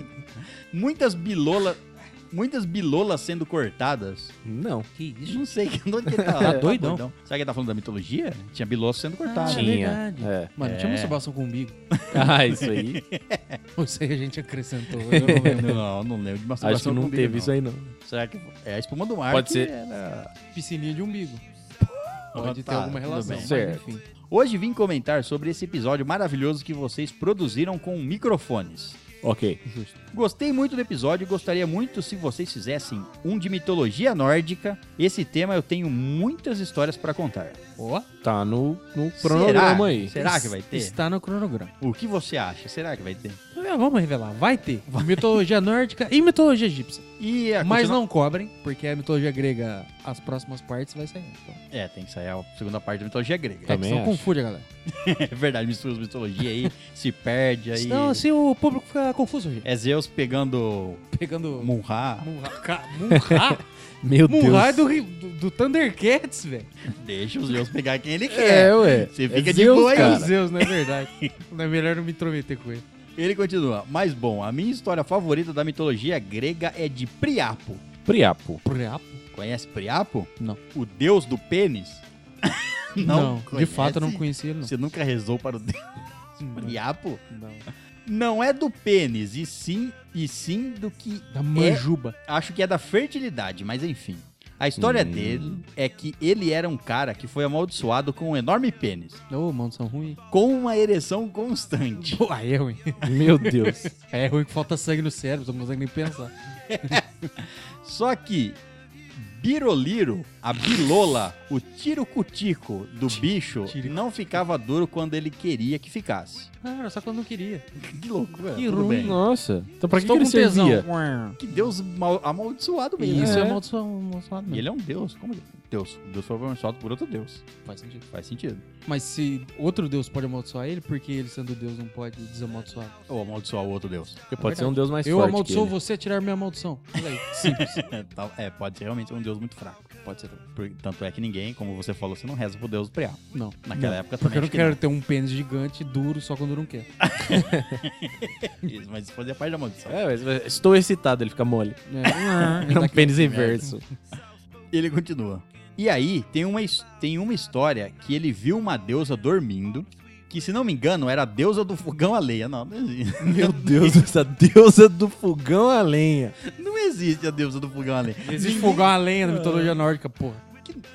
Muitas bilolas. Muitas bilolas sendo cortadas. Não. Que isso? Não sei que onde que ele tá. Tá doidão. Será que ele tá falando da mitologia? Tinha bilolas sendo cortadas. Tinha. verdade. É. Mano, tinha É. masturbação com umbigo. Ah, isso aí. Isso aí a gente acrescentou. Eu não lembro. né? Não, não lembro de masturbação Acho que não com umbigo, teve isso aí, não. Será que é a espuma do mar? Pode que ser. era- Piscininha de umbigo. Pode Ah, ter tá, alguma tudo relação, bem. mas Certo. enfim. Hoje vim comentar sobre esse episódio maravilhoso que vocês produziram com microfones. Ok. Justo. Gostei muito do episódio e gostaria muito se vocês fizessem um de mitologia nórdica. Esse tema eu tenho muitas histórias pra contar. Ó, Tá no, no Será? cronograma aí. Será que vai ter? está no cronograma. O que você acha? Será que vai ter? É, vamos revelar, vai ter. Mitologia nórdica e mitologia egípcia. E a Mas É, continua- não cobrem, porque a mitologia grega, as próximas partes vai sair. Então, É, tem que sair a segunda parte da mitologia grega. Também não acho. confunde, a galera. É verdade, mistura as mitologias aí, se perde aí. Senão, assim, o público fica confuso, gente. É Zeus pegando Pegando... Munra. Munra. Ca- Munra? Meu Munra é Deus. do, Ri- do, do Thundercats, velho. Deixa os Zeus pegar quem ele quer. É, ué. Você É fica de Zeus, boa aí, Meu cara. Deus, não é verdade. não é melhor não me intrometer com ele. Ele continua. Mas bom, a minha história favorita da mitologia grega é de Priapo. Priapo. Priapo? Conhece Priapo? Não. O deus do pênis? Não, de conhece? fato eu não conhecia ele, não. Você nunca rezou para o deus Priapo? Não. Não é do pênis, e sim, e sim do que Da manjuba. acho que é da fertilidade, mas enfim. A história Hum. dele é que ele era um cara que foi amaldiçoado com um enorme pênis, Ô, mano, são ruim. com uma ereção constante. Pô, aí é ruim. Meu Deus. É ruim que falta sangue no cérebro, você não consegue nem pensar. Só que Biroliro, a bilola, o tiro cutico do bicho tiro. não ficava duro quando ele queria que ficasse. Ah, só que eu não queria. Que loucura. Que Tudo ruim, bem. Nossa. Então pra que, que Estou ele com tesão. servia? Que Deus mal- amaldiçoado mesmo. Isso é, É. amaldiçoado, amaldiçoado E mesmo. ele é um Deus. Como Deus? Deus foi amaldiçoado por outro Deus. Faz sentido. Faz sentido. Mas se outro deus pode amaldiçoar ele, por que ele sendo deus não pode desamaldiçoar? Ou amaldiçoar o outoo outro Deus. Porque pode ser um deus mais eu forte. amaldiçoo que você a tirar minha maldição. Olha aí, simples. Tal- é, pode ser realmente um Deus muito fraco. pode ser também. Por- tanto é que ninguém, como você falou, você não reza pro Deus do Priá. Não. Naquela não. época também. Porque eu não acho que quero ter um pênis gigante duro só quando eu não quero. não. Isso, mas isso fazia parte da maldição. ele- É, mas- mas estou excitado, ele fica mole. É, É um pênis merda. inverso. Ele continua. E aí, tem uma, his- tem uma história que ele viu uma deusa dormindo, que se não me engano era a deusa do fogão a lenha. Não, não existe. Meu Deus, essa deusa do fogão a lenha. Não existe a deusa do fogão a lenha. Existe fogão a lenha na mitologia nórdica, porra.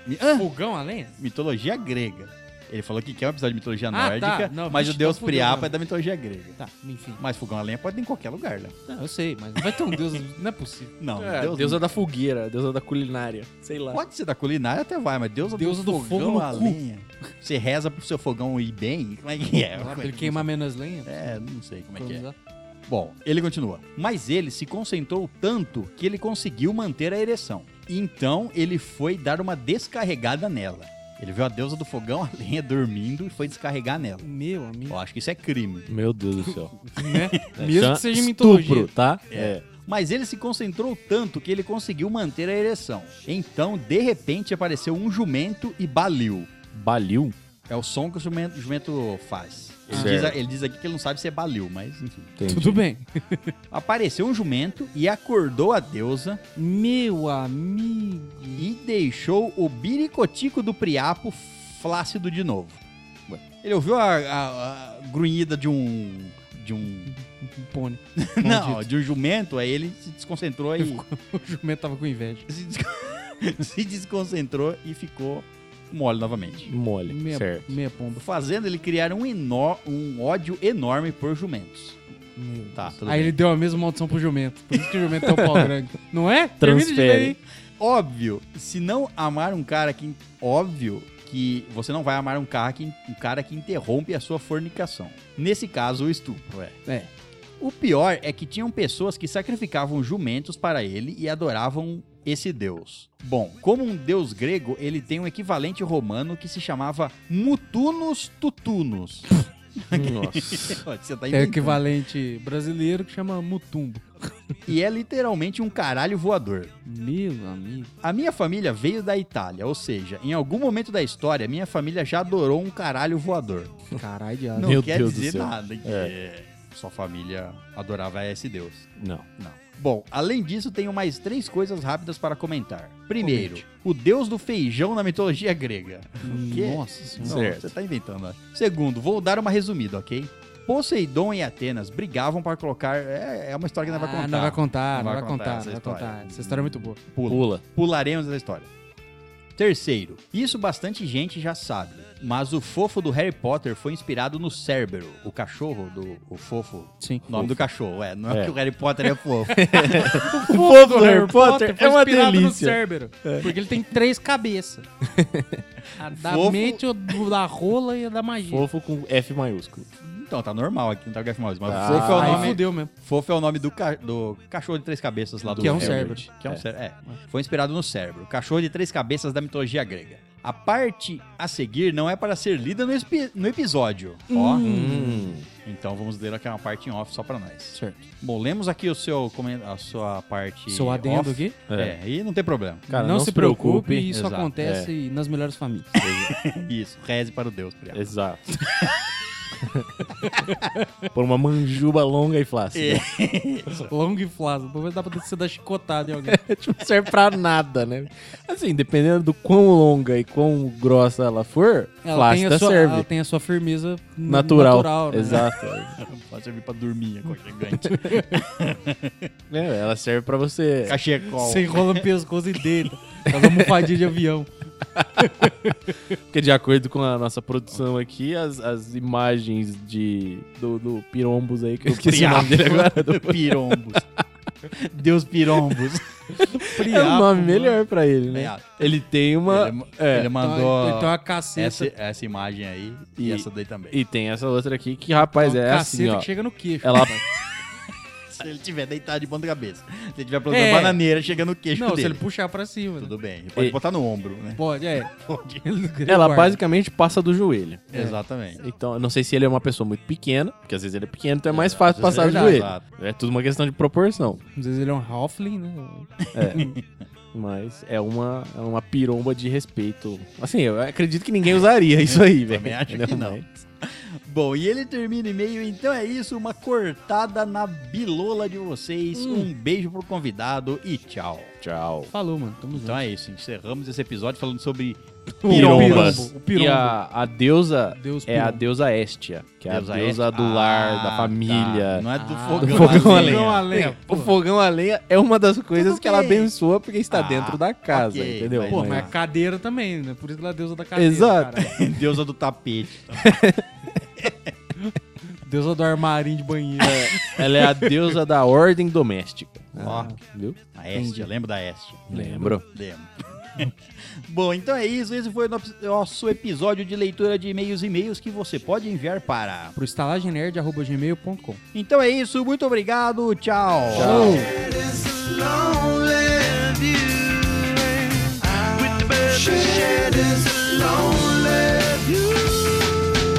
Mi- Ah. Hã? Fogão a lenha? Mitologia grega. Ele falou que quer um episódio de mitologia Ah, tá. nórdica, Não, mas bicho, o deus então fudeu Priapo mesmo. é da mitologia grega. Tá, enfim. Mas fogão a lenha pode ter em qualquer lugar, né? Não, eu sei, mas não vai ter um deus. Não é possível. Não, É, deus, deusa da fogueira, deusa da culinária. Sei lá. Pode ser da culinária até vai, mas deusa, Deusa do do fogo fogão no a cu. lenha. Você reza pro seu fogão ir bem? Como é que é? Pra ele queimar menos lenha. É, não sei como é que é. economizar. Bom, ele continua. Mas ele se concentrou tanto que ele conseguiu manter a ereção. Então ele foi dar uma descarregada nela. Ele viu a deusa do fogão, a lenha, dormindo e foi descarregar nela. Meu amigo. Eu acho que isso é crime. Meu Deus do céu. Né? É, Mesmo chama que seja em mitologia. Estupro, tá? É. Mas ele se concentrou tanto que ele conseguiu manter a ereção. Então, de repente, apareceu um jumento e baliu. Baliu? É o som que o jumento, jumento faz. Ele Certo. diz, a- ele diz aqui que ele não sabe se é balil, mas enfim. Entendi. Tudo bem. Apareceu um jumento e acordou a deusa Meu amigo. e deixou o biricotico do Priapo flácido de novo. Ué, Ele ouviu a, a- a grunhida de um. de um. Um pônei. Não, Maldito. de um jumento, aí ele se desconcentrou e. O jumento tava com inveja. se, des- se desconcentrou e ficou mole novamente. Mole, Meia, certo. meia pomba. Fazendo ele criar um, eno- um ódio enorme por jumentos. Meu Tá, Deus. tudo Aí bem. ele deu a mesma maldição pro jumento. Por isso que o jumento é um pau grande. Não é? Termina de ler Transfere. aí. Óbvio, se não amar um cara que. Óbvio que você não vai amar um cara que, um cara que interrompe a sua fornicação. Nesse caso, o estupro, é. É. O pior é que tinham pessoas que sacrificavam jumentos para ele e adoravam esse deus. Bom, como um deus grego, ele tem um equivalente romano que se chamava Mutunus Tutunus. Nossa. Você tá É o inventando. equivalente brasileiro que chama mutumbo. E é literalmente um caralho voador. Meu amigo. A minha família veio da Itália, ou seja, em algum momento da história, minha família já adorou um caralho voador. Caralho de Não Meu quer Deus do dizer céu. É. nada que sua família adorava esse deus. Não. Não. Bom, além disso, tenho mais três coisas rápidas para comentar. Primeiro, o deus do feijão na mitologia grega. quê? Nossa senhora. Não, Certo. você tá inventando. né? Segundo, vou dar uma resumida, ok? Poseidon e Atenas brigavam para colocar. É, é uma história que não vai contar. Ah, não vai contar, Não não vai vai contar, contar não essa vai contar. história. Essa história é muito boa. Pula. Pula. Pularemos essa história. Terceiro, isso bastante gente já sabe, mas o fofo do Harry Potter foi inspirado no Cérbero, o cachorro do o fofo. Sim. Nome do cachorro, é. Não é, É. que o Harry Potter é fofo. O povo do Harry Potter foi é uma inspirado delícia. no Cérbero, porque ele tem três cabeças. A da Fofo. mente, o do- da rola e a da magia. Fofo com F maiúsculo. então, tá normal aqui, não tá o Gaff Mouse, mas Ah. fofo, é o Aí nome, fudeu mesmo. fofo é o nome do, ca- do cachorro de três cabeças lá do Que é um Harry. cérebro. Que é um cérebro. É. Foi inspirado no cérebro. Cachorro de três cabeças da mitologia grega. A parte a seguir não é para ser lida no, espi- no episódio. Ó. Hum. Então vamos ler aqui uma parte em off só pra nós. Certo. Bom, lemos aqui o seu, comen- a sua parte. Seu adendo off. aqui. É. e não tem problema. Cara, não, se preocupe, isso Exato, acontece nas melhores famílias. Isso, reze para o Deus, Priá. Exato. Por uma manjuba longa e flácida. Longo e flácido. Talvez dá pra você dar chicotada em alguém. tipo, serve pra nada, né? Assim, dependendo do quão longa e quão grossa ela for, Ela tem, a flácida sua, tá serve. ela tem a sua firmeza n- Natural. né? Exato. Pode servir para dormir, com gigante. É, ela serve pra você. Cachecol. Você enrola no pescoço e deita. Faz uma almofadinha de avião. Porque de acordo com a nossa produção aqui, as, as imagens de do, do Pirombos aí, que eu esqueci o nome dele agora. é Do, Pirombos. Deus Pirombos. é um nome melhor pra ele, né? Priapo. Ele tem uma. Ele, é. ele Mandou... mandou Então, então a caceta. essa, é, essa imagem aí e, E- essa daí também. E tem essa outra aqui que, rapaz, uma é caceta assim, ó. que chega no queixo. Ela Se ele tiver deitado de ponta cabeça. Se ele tiver plantando É. bananeira, chega no queixo Não, se dele. ele puxar pra cima. né? Tudo bem. Ele pode E- botar no ombro, né? Pode, é. Pode. Ele não Ela guarda. basicamente passa do joelho. Exatamente. Então, eu não sei se ele é uma pessoa muito pequena, porque às vezes ele é pequeno, então é mais Às fácil vezes passar é do verdade. joelho. Exato. É tudo uma questão de proporção. Às vezes ele é um halfling, né? Mas é uma, é uma piromba de respeito. Assim, eu acredito que ninguém usaria isso aí, velho. também acho Entendeu? que não. Bom, e ele termina o e-mail, então é isso, uma cortada na bilola de vocês. Hum. Um beijo pro convidado e tchau. Tchau. Falou, mano. Tamo junto. Então é isso, encerramos esse episódio falando sobre O Pirombas. pirombo, o E pirombo. a, a deusa Deus é a pirombo. deusa Estia, que é a Deusa deusa Estia. do lar, Ah, da tá. família. Não é do Ah, fogão, do fogão a a lenha. Fogão a Sim, lenha. o fogão a lenha é uma das coisas Tudo que ela bem. abençoa porque está Ah, dentro da casa, ok, entendeu? mas- Pô, mas a cadeira também, né? Por isso que ela é a deusa da cadeira. Exato. Cara. Deusa do tapete. Deusa do armarinho de banheiro. Ela é a deusa da ordem doméstica. Ó, Viu? a Estia, lembra da Estia? Lembro. Lembro. Bom, então é isso, esse foi o no- nosso episódio de leitura de e-mails e e-mails que você pode enviar para. Pro estalagenerd.gmail.com. Então é isso, muito obrigado, Tchau. Shit is lonely view.